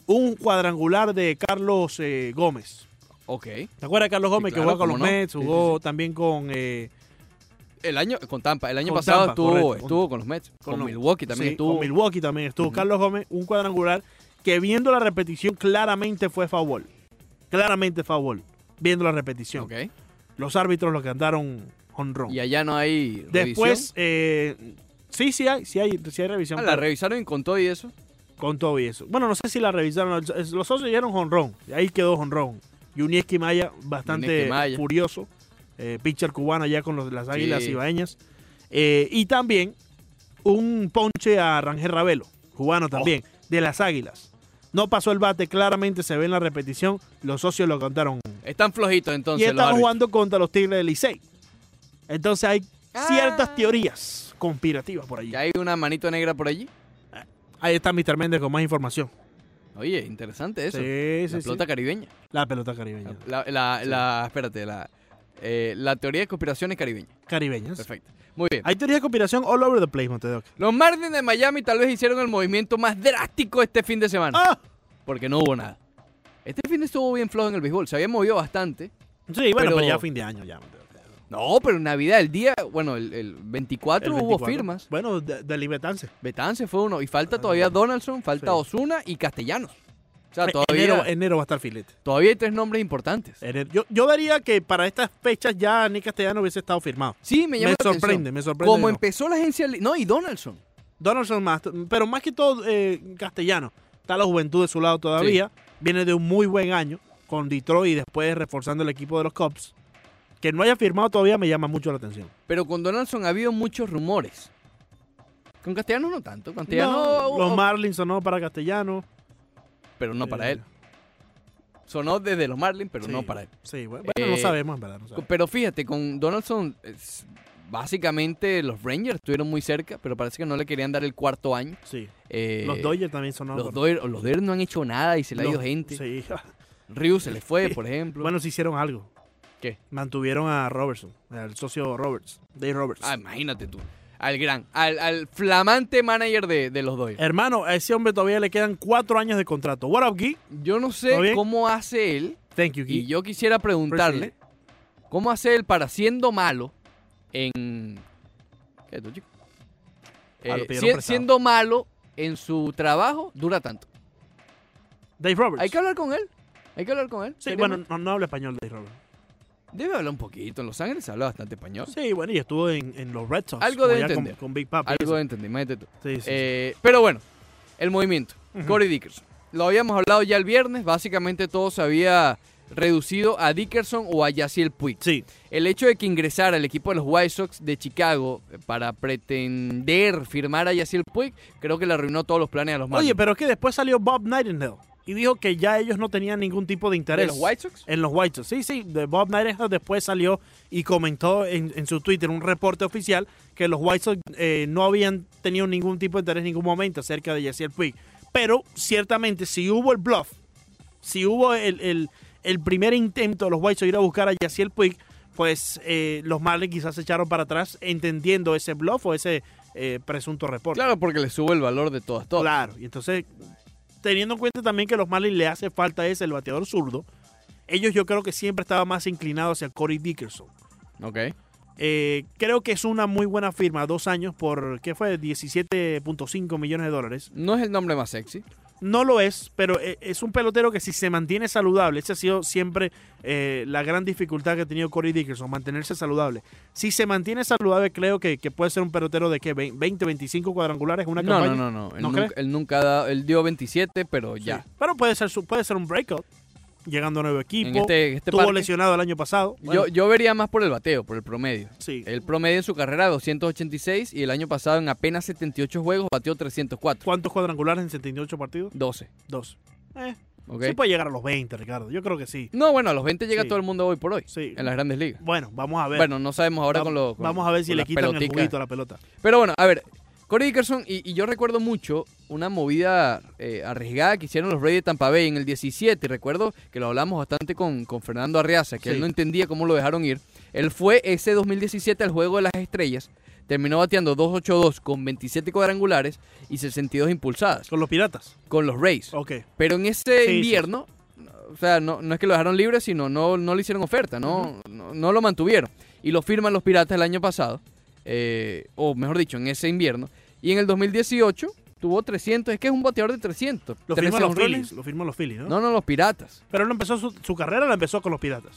Un cuadrangular de Carlos eh, Gómez. Ok. ¿Te acuerdas de Carlos Gómez claro, que jugó con los cómo no. Mets? Sí, sí, Jugó también con. eh, El año, con Tampa, el año Con pasado Tampa, estuvo, correcto. estuvo con los Mets. Con, los- Milwaukee también sí, estuvo. Con Milwaukee también estuvo. Ujú. Carlos Gómez, un cuadrangular que viendo la repetición claramente fue favor. Claramente favor. Viendo la repetición. Ok. Los árbitros lo cantaron honrón. Y allá no hay Después, eh, sí, sí hay, sí hay, sí hay revisión. revisión. Ah, la pero revisaron y contó y eso. con todo y eso. Bueno, no sé si la revisaron. Los los socios dieron honrón. Ahí quedó honrón. Y Unieski Maya, bastante Unieski Maya. furioso. eh, pitcher cubano ya con los- las águilas Sí. ibaeñas. Eh, y también un ponche a Rangel Ravelo, cubano también, Oh. de las águilas. No pasó el bate, claramente se ve en la repetición. Los socios lo contaron. Están flojitos entonces y los estaba árbitros. jugando contra los Tigres del Licey. Entonces hay ciertas Ah. teorías conspirativas por allí. Que hay una manito negra por allí. Ahí está Mr. Méndez con más información. Oye, interesante eso. Sí, la sí, sí. pelota caribeña. La pelota caribeña. La, la, la- espérate, la, eh, la teoría de conspiraciones caribeña. Caribeñas. Perfecto. Muy bien. Hay teorías de conspiración all over the place, Montedoc. Los Marlins de Miami tal vez hicieron el movimiento más drástico este fin de semana. ¡Ah! Porque no hubo nada. Este fin de estuvo bien flojo en el béisbol. Se había movido bastante. Sí, bueno, Pero- pero, ya fin de año ya. Montedoc. No, pero en Navidad, el día, bueno, el, el 24 El Ah, hubo 24. firmas. Bueno, de, de Libertance. Betán se fue uno. Y falta Ah, todavía bueno. Donaldson, falta Sí. Osuna y Castellanos. O sea, Eh, Ah, todavía, enero, enero va a estar filete. todavía hay tres nombres importantes. Enero- Yo, yo daría que para estas fechas ya Nick Castellano hubiese estado firmado. Sí, me Me, llama la sorprende, atención. me sorprende. Como no. empezó la agencia... li- No, y Donaldson. Donaldson más, pero más que todo eh, Castellano. Está la juventud de su lado todavía. Viene de un muy buen año con Detroit y después reforzando el equipo de los Cubs. Que no haya firmado todavía me llama mucho la atención. Pero con Donaldson ha habido muchos rumores. Con Castellanos no tanto. Castellanos... No, los o- Marlins sonó para Castellano. pero no para Eh, él. Sonó desde los Marlins, pero no para él. Sí, bueno, bueno, no Eh, sabemos, en verdad. no sabemos. Pero fíjate, con Donaldson es- básicamente los Rangers estuvieron muy cerca, pero parece que no le querían dar el cuarto año. Sí. Eh, los Dodgers también son Los Dodgers, los Dodgers no han hecho nada y se le ha ido gente. Sí. Ryu se le fue, por ejemplo. bueno, se hicieron algo. ¿Qué? Mantuvieron a Robertson, al socio Roberts, Dave Roberts. Ah, imagínate tú. Al gran, al, al flamante manager de, de los Dodgers. Hermano, a ese hombre todavía le quedan cuatro años de contrato. What up, Gui? Yo no sé ¿todo bien? cómo hace él, Thank you, y Gui. yo quisiera preguntarle, ¿cómo hace él para siendo malo en... ¿Qué es esto, chico? Ah, lo Eh, pidieron si- prestado. siendo malo en su trabajo, dura tanto. Dave Roberts. Hay que hablar con él. Hay que hablar con él. Pues. Sí, Sería bueno, muy- no, no habla español Dave Roberts. Debe hablar un poquito. En Los Ángeles habla bastante español. Sí, bueno, y estuvo en, en los Red Sox. Algo como debe ya con, entender. con Big Papi. Algo de entender, imagínate tú. Sí, sí, sí. Eh, pero bueno, el movimiento. Ujú. Corey Dickerson. Lo habíamos hablado ya el viernes. Básicamente todo se había reducido a Dickerson o a Yaciel Puig. Sí, El hecho de que ingresara el equipo de los White Sox de Chicago eh, para pretender firmar a Yaciel Puig, creo que le arruinó todos los planes a los Marlins. Oye, pero es que después salió Bob Nightingale y dijo que ya ellos no tenían ningún tipo de ¿De interés los White Sox? en los White Sox. Sí, sí, de Bob Nightingale después salió y comentó en, en su Twitter un reporte oficial que los White Sox eh, no habían tenido ningún tipo de interés en ningún momento acerca de Yasiel Puig. Pero ciertamente, si hubo el bluff, si hubo el, el- el primer intento de los White Sox ir a buscar a Yasiel Puig, pues eh, los Marlins quizás se echaron para atrás entendiendo ese bluff o ese eh, presunto reporte. Claro, porque le sube el valor de todas, todas. Claro, y entonces, teniendo en cuenta también que a los Marlins le hace falta ese, el bateador zurdo, ellos yo creo que siempre estaba más inclinados hacia Corey Dickerson. Ok. Eh, creo que es una muy buena firma, dos años por, ¿qué fue? 17.5 millones de dólares. No es el nombre más sexy. No lo es, pero e- es un pelotero que si se mantiene saludable, esa ha sido siempre eh, la gran dificultad que ha tenido Corey Dickerson, mantenerse saludable. Si se mantiene saludable, creo que, que puede ser un pelotero de, ¿qué? 20, 25 cuadrangulares en una no, campaña. no, no, no. Él, ¿No nunca, crees? él nunca da- él dio 27, pero Sí. Pues ya. Pero puede ser, su- puede ser un breakout. Llegando a nuevo equipo. En este, este Estuvo parque, lesionado el año pasado. Bueno, yo, Eh. yo vería más por el bateo, por el promedio. sí. El promedio en su carrera 286 y el año pasado en apenas 78 juegos batió 304. ¿Cuántos cuadrangulares en 78 partidos? 12. Dos. Eh, ¿ok? Sí puede llegar a los 20, Ricardo. Yo creo que sí. No, bueno, a los 20 llega Sí. todo el mundo hoy por hoy Sí. en las grandes ligas. Bueno, vamos a ver. Bueno, no sabemos ahora Va- con los. con- vamos a ver si con le las quitan peloticas. el juguito a la pelota. Pero bueno, a ver. Corey Dickerson, y, y yo recuerdo mucho una movida eh, arriesgada que hicieron los Reyes de Tampa Bay en el 17. Recuerdo que lo hablamos bastante con, con Fernando Arriaza, que Sí. él no entendía cómo lo dejaron ir. Él fue ese 2017 al Juego de las Estrellas, terminó bateando 2-8-2 con 27 cuadrangulares y 62 impulsadas Con los piratas. con los Rays. Ok. Pero en ese sí, invierno, o sea, no, no es que lo dejaron libre, sino no, no le hicieron oferta, no, no, no lo mantuvieron. Y lo firman los Piratas el año pasado, eh, o mejor dicho, en ese invierno. Y en el 2018 tuvo 300, es que es un bateador de 300. Lo 13 firman los jonrones. Phillies. Lo firman los Phillies, ¿no? No, no, los Piratas. Pero él empezó su, su carrera, la empezó con los piratas.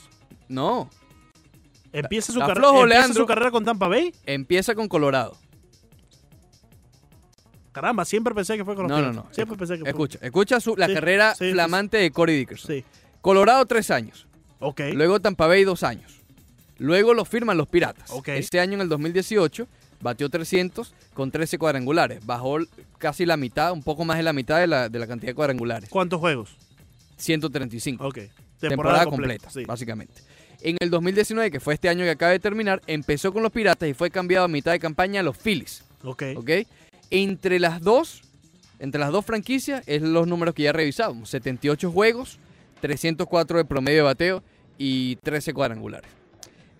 No, Empieza su, está carrera flojo, empieza Leandro. su carrera con Tampa Bay. empieza con Colorado. Caramba, siempre pensé que fue con los No, no, piratas. no. Siempre pensé que fue. Escucha, escucha su, la Sí, carrera sí, sí, flamante de Corey Dickerson. Sí. Colorado tres años, Ok. luego Tampa Bay dos años. Luego lo firman los Piratas. Ok. Este año en el 2018 batió 300 con 13 cuadrangulares. Bajó l- casi la mitad, un poco más de la mitad de la, de la cantidad de cuadrangulares. ¿Cuántos juegos? 135. Ok. Temporada, completa, Sí. básicamente. En el 2019, que fue este año que acaba de terminar, empezó con los Piratas y fue cambiado a mitad de campaña a los Phillies. Ok. ¿Ok? Entre las dos, entre las dos franquicias, es los números que ya revisamos. 78 juegos, 304 de promedio de bateo y 13 cuadrangulares.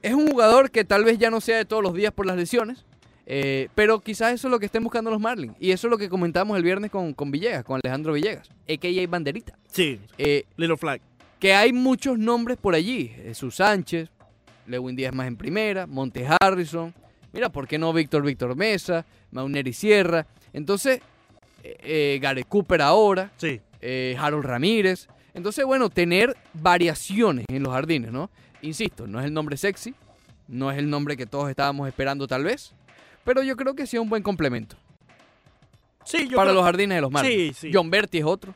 Es un jugador que tal vez ya no sea de todos los días por las lesiones, eh, pero quizás eso es lo que estén buscando los Marlins. Y eso es lo que comentamos el viernes con, con Villegas, con Alejandro Villegas, a.k.a. Banderita. Sí. Eh, Little Flag. que hay muchos nombres por allí. Jesús Sánchez, Lewin Díaz más en primera, Monte Harrison, mira, ¿por qué no Víctor Víctor Mesa, Mauneri Sierra? Entonces, eh, eh, Gareth Cooper ahora, Sí. eh, Harold Ramírez. Entonces, bueno, tener variaciones en los jardines, ¿no? Insisto, no es el nombre sexy, no es el nombre que todos estábamos esperando tal vez, pero yo creo que sí es un buen complemento Sí, yo para creo- los jardines de los Marlins. Sí, sí. John Berti es otro,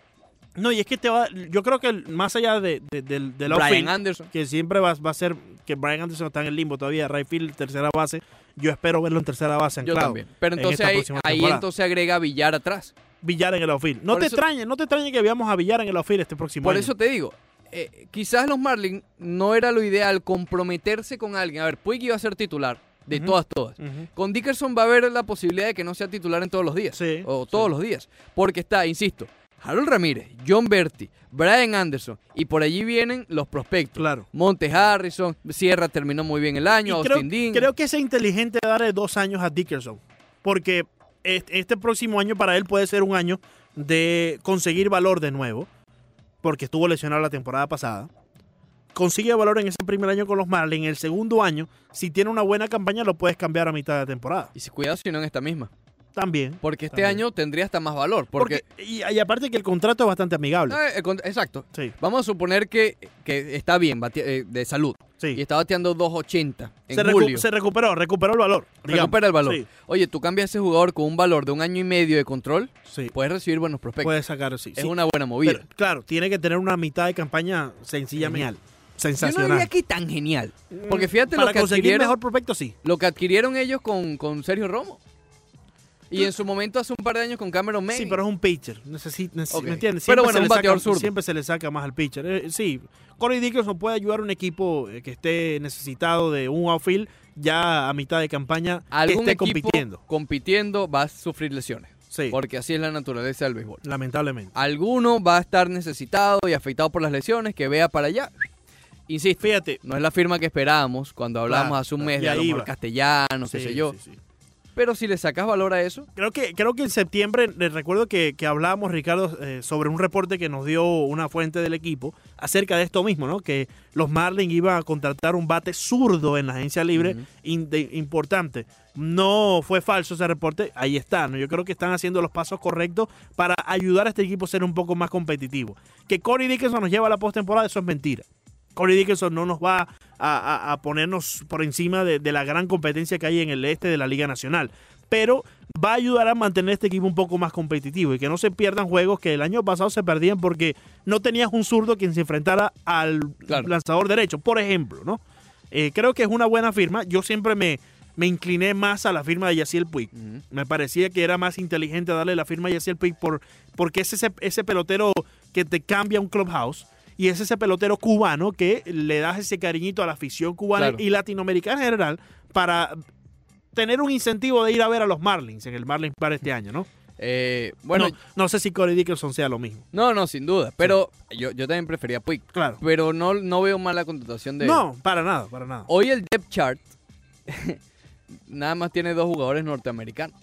No, y es que te va. Yo creo que el- más allá de, de- del, del Brian outfield, Anderson. que siempre va, va a ser que Brian Anderson está en el limbo todavía, Rayfield tercera base. Yo espero verlo en tercera base, Yo anclado. también. Pero en entonces esta ahí, próxima ahí temporada. entonces agrega Villar atrás. Villar en el outfield. No Por te eso- extrañe, no te extrañe que veamos a Villar en el outfield este próximo Por año. eso te digo, eh, quizás los Marlins no era lo ideal comprometerse con alguien. A ver, Puig iba a ser titular. de Ujú. todas, todas. Con Dickerson va a haber la posibilidad de que no sea titular en todos los días. Sí, o todos los días. Porque está, insisto, Harold Ramírez, John Berti, Brian Anderson. Y por allí vienen los prospectos. Claro. Monte Harrison, Sierra terminó muy bien el año, Y creo, Austin Dean. creo que es inteligente darle dos años a Dickerson, porque est- este próximo año para él puede ser un año de conseguir valor de nuevo, porque estuvo lesionado la temporada pasada. Consigue valor en ese primer año con los Marlins. En el segundo año, si tiene una buena campaña, lo puedes cambiar a mitad de temporada. Y si cuidado si no en esta misma. También. Porque este También. año tendría hasta más valor. Porque, Porque, y, y aparte que el contrato es bastante amigable. Ah, eh, con- exacto. Sí, Vamos a suponer que, que está bien bate- eh, de salud. Y sí. está bateando 2.80 en Se, recu- julio. se recuperó, recuperó el valor. digamos. Recupera el valor. Sí, Oye, tú cambias a ese jugador con un valor de un año y medio de control, sí. puedes recibir buenos prospectos. Puede sacar, sí. es sí. una buena movida. Pero, claro, tiene que tener una mitad de campaña Genial. sencillamente Yo no sensacional. Mm, diría aquí tan genial. Porque fíjate Para lo que conseguir adquirieron, mejor prospecto, sí. lo que adquirieron ellos con, con Sergio Romo. Y en su momento hace un par de años con Cameron May. Sí, pero es un pitcher. Necesi- neces- Ok. ¿Me entiendes? Pero bueno, se un le saca- bateador zurdo. Siempre se le saca más al pitcher. Eh, sí, Corey Dickerson puede ayudar a un equipo eh, que esté necesitado de un outfield ya a mitad de campaña que algún esté equipo compitiendo. compitiendo va a sufrir lesiones. Sí, Porque así es la naturaleza del béisbol. lamentablemente. Ah, Alguno va a estar necesitado y afectado por las lesiones, que vea para allá. Insisto, Fíjate. no es la firma que esperábamos cuando hablábamos Claro, hace un claro. mes Y de a lo ahí mejor va. castellanos, qué Sí, sé yo. sí, sí. Pero si le sacas valor a eso, Creo que, creo que en septiembre, les recuerdo que, que hablábamos, Ricardo, eh, sobre un reporte que nos dio una fuente del equipo acerca de esto mismo, ¿no? Que los Marlins iban a contratar un bate zurdo en la agencia libre Ujú. in- de- importante. No fue falso ese reporte, ahí está, ¿no? Yo creo que están haciendo los pasos correctos para ayudar a este equipo a ser un poco más competitivo. Que Corey Dickinson nos lleva a la postemporada, eso es mentira. Corey Dickinson no nos va a, a- a ponernos por encima de, de la gran competencia que hay en el este de la Liga Nacional. Pero va a ayudar a mantener este equipo un poco más competitivo y que no se pierdan juegos que el año pasado se perdían porque no tenías un zurdo quien se enfrentara al Claro. lanzador derecho, por ejemplo, ¿no? Eh, creo que es una buena firma. Yo siempre me, me incliné más a la firma de Yaciel Puig. ujú, Me parecía que era más inteligente darle la firma a Yasiel Puig por, porque es ese, ese pelotero que te cambia un clubhouse y es ese pelotero cubano que le das ese cariñito a la afición cubana Claro. y latinoamericana en general para tener un incentivo de ir a ver a los Marlins en el Marlins para este año, ¿no? eh, bueno, no, no sé si Corey Dickerson sea lo mismo. no, no, sin duda. Pero yo, yo también prefería Puig. Claro. Pero no, no veo mal la contratación de No, para nada, para nada. Hoy el depth chart nada más tiene dos jugadores norteamericanos.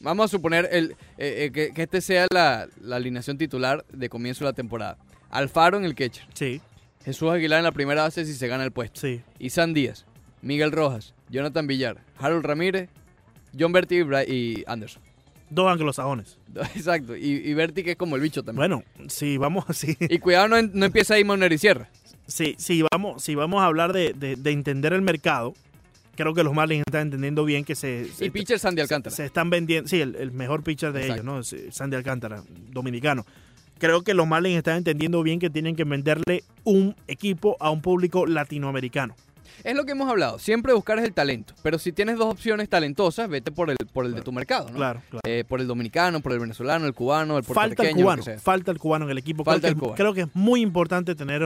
Vamos a suponer el, eh, eh, que, que este sea la, la alineación titular de comienzo de la temporada. Alfaro en el catcher, Sí, Jesús Aguilar en la primera base si se gana el puesto. sí. Isan Díaz, Miguel Rojas, Jonathan Villar, Harold Ramírez, John Berti y, Bra- y Anderson. Dos anglosajones. Exacto, y, y Berti que es como el bicho también. Bueno, sí, vamos así. Y cuidado, no, en- no empieza ahí Moner y Sierra. Sí, sí, vamos, si vamos a hablar de, de- de entender el mercado, creo que los Marlins están entendiendo bien que se, se, Y pitcher Sandy Alcántara. se están vendiendo. Sí, el, el mejor pitcher de Exacto. ellos, ¿no? Es, eh, Sandy Alcántara, dominicano. Creo que los Marlins están entendiendo bien que tienen que venderle un equipo a un público latinoamericano. Es lo que hemos hablado. Siempre buscar es el talento. Pero si tienes dos opciones talentosas, vete por el, por el de tu mercado, ¿no? Claro, claro. Eh, por el dominicano, por el venezolano, el cubano, el Falta el puertorriqueño, lo cubano, que sea. falta el cubano en el equipo. Falta creo, el que, cubano. creo que es muy importante tener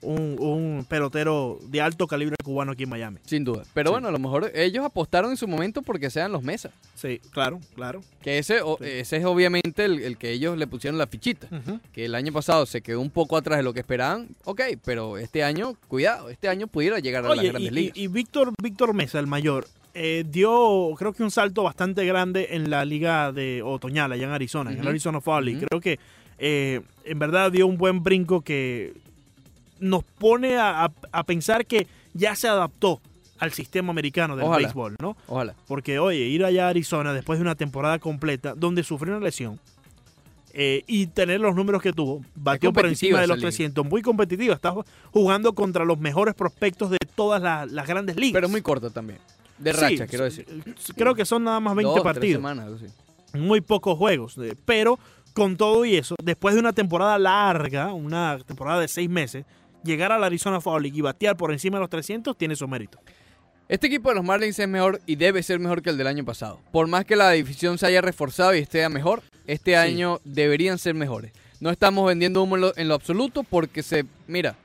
un, un pelotero de alto calibre cubano aquí en Miami. Sin duda. Pero Sí. bueno, a lo mejor ellos apostaron en su momento porque sean los mesas. Sí, claro, claro. Que ese, o- ese es obviamente el, el que ellos le pusieron la fichita. Que el año pasado se quedó un poco atrás de lo que esperaban. Ok, pero este año, cuidado, este año pudiera llegar a las Oye, grandes y- y, ligas. y Víctor, Víctor Mesa, el mayor, eh, dio creo que un salto bastante grande en la liga de otoñal allá en Arizona, en el Ujú. Arizona Fall League. Ujú. Creo que eh, en verdad dio un buen brinco que nos pone a, a- a pensar que ya se adaptó al sistema americano del Ojalá. béisbol, ¿no? Ojalá. Porque, oye, ir allá a Arizona después de una temporada completa donde sufrió una lesión eh, y tener los números que tuvo, batió por competitiva encima de esa los liga. 300, muy competitiva. Está jugando contra los mejores prospectos de todas las, las grandes ligas. Pero es muy corta también. De Sí, racha, quiero decir. Creo que son nada más 20 Dos, tres partidos semanas, algo así. muy pocos juegos. eh, Pero con todo y eso, después de una temporada larga, una temporada de seis meses, llegar a la Arizona Fall League y batear por encima de los 300 tiene su mérito. Este equipo de los Marlins es mejor y debe ser mejor que el del año pasado. Por más que la división se haya reforzado y esté mejor, este Sí. año deberían ser mejores. No estamos vendiendo humo en lo, en lo absoluto porque se... Mira,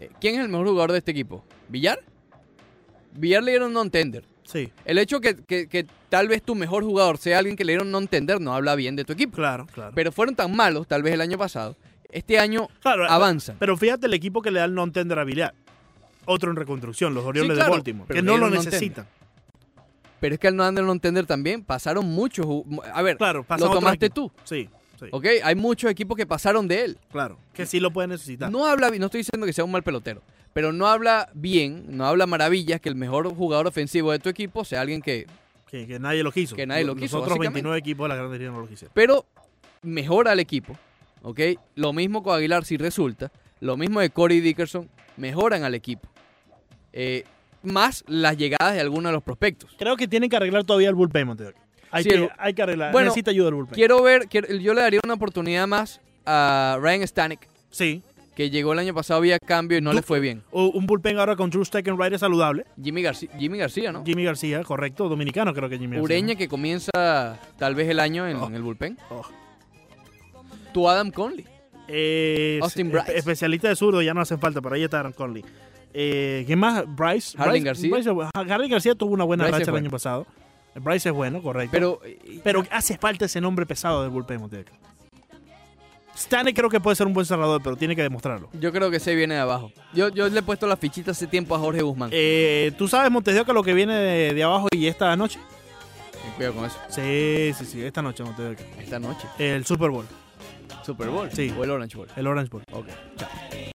eh, ¿quién es el mejor jugador de este equipo? ¿Villar? Villar le dieron non-tender. Sí, El hecho que, que- que tal vez tu mejor jugador sea alguien que le dieron non-tender no habla bien de tu equipo. claro, claro. Pero fueron tan malos, tal vez el año pasado. Este año Claro, eh, avanzan. Pero fíjate el equipo que le da el non-tender a Villar. Otro en reconstrucción, los Orioles claro, de Baltimore, pero que le no lo dieron non-tender. necesitan. Pero es que al no andar non-tender también pasaron muchos. ju- A ver, Claro, pasan lo otros tomaste equipos. tú. Sí, sí, ¿Ok? Hay muchos equipos que pasaron de él. claro. Que sí lo pueden necesitar. No habla, bi- no estoy diciendo que sea un mal pelotero, pero no habla bien, no habla maravillas que el mejor jugador ofensivo de tu equipo sea alguien que. Que, que nadie lo quiso. Que nadie lo quiso, Los otros básicamente. 29 equipos de la Gran Liga no lo quisieron. Pero mejora al equipo, ¿ok? Lo mismo con Aguilar si resulta, lo mismo de Corey Dickerson, mejoran al equipo. Eh, más las llegadas de algunos de los prospectos. Creo que tienen que arreglar todavía el bullpen, Montevideo. Hay, Sí, que, el- hay que arreglar. Bueno, Necesita ayuda el bullpen. Quiero ver, quiero- yo le daría una oportunidad más a Ryan Stanek, Sí. que llegó el año pasado vía cambio y no Du- le fue bien. O un bullpen ahora con Drew Steckenrider saludable. Jimmy, Garci- Jimmy García, ¿no? Jimmy García, correcto. Dominicano creo que Jimmy García. Ureña que comienza tal vez el año en, Oh. en el bullpen. Oh. Tu Adam Conley. Eh, Austin es- Bryce. Especialista de zurdo, ya no hacen falta, pero ahí está Aaron Conley. Eh, ¿Quién más? Bryce. Harling Bryce- García. Bryce- Ha- Harling García tuvo una buena Bryce es racha el bueno. año pasado. Bryce es bueno, correcto. Pero, eh, Pero hace falta ese nombre pesado del bullpen, Montevideo. Stanek creo que puede ser un buen cerrador, pero tiene que demostrarlo. yo creo que se viene de abajo. Yo, yo le he puesto la fichita hace tiempo a Jorge Guzmán. Eh, ¿Tú sabes, Montevideo, que lo que viene de, de abajo y esta noche? Ten cuidado con eso. Sí, sí, sí, esta noche, Montevideo. Esta noche. El Super Bowl, Super Bowl. Sí. O el Orange Bowl. el Orange Bowl. Ok. Chao.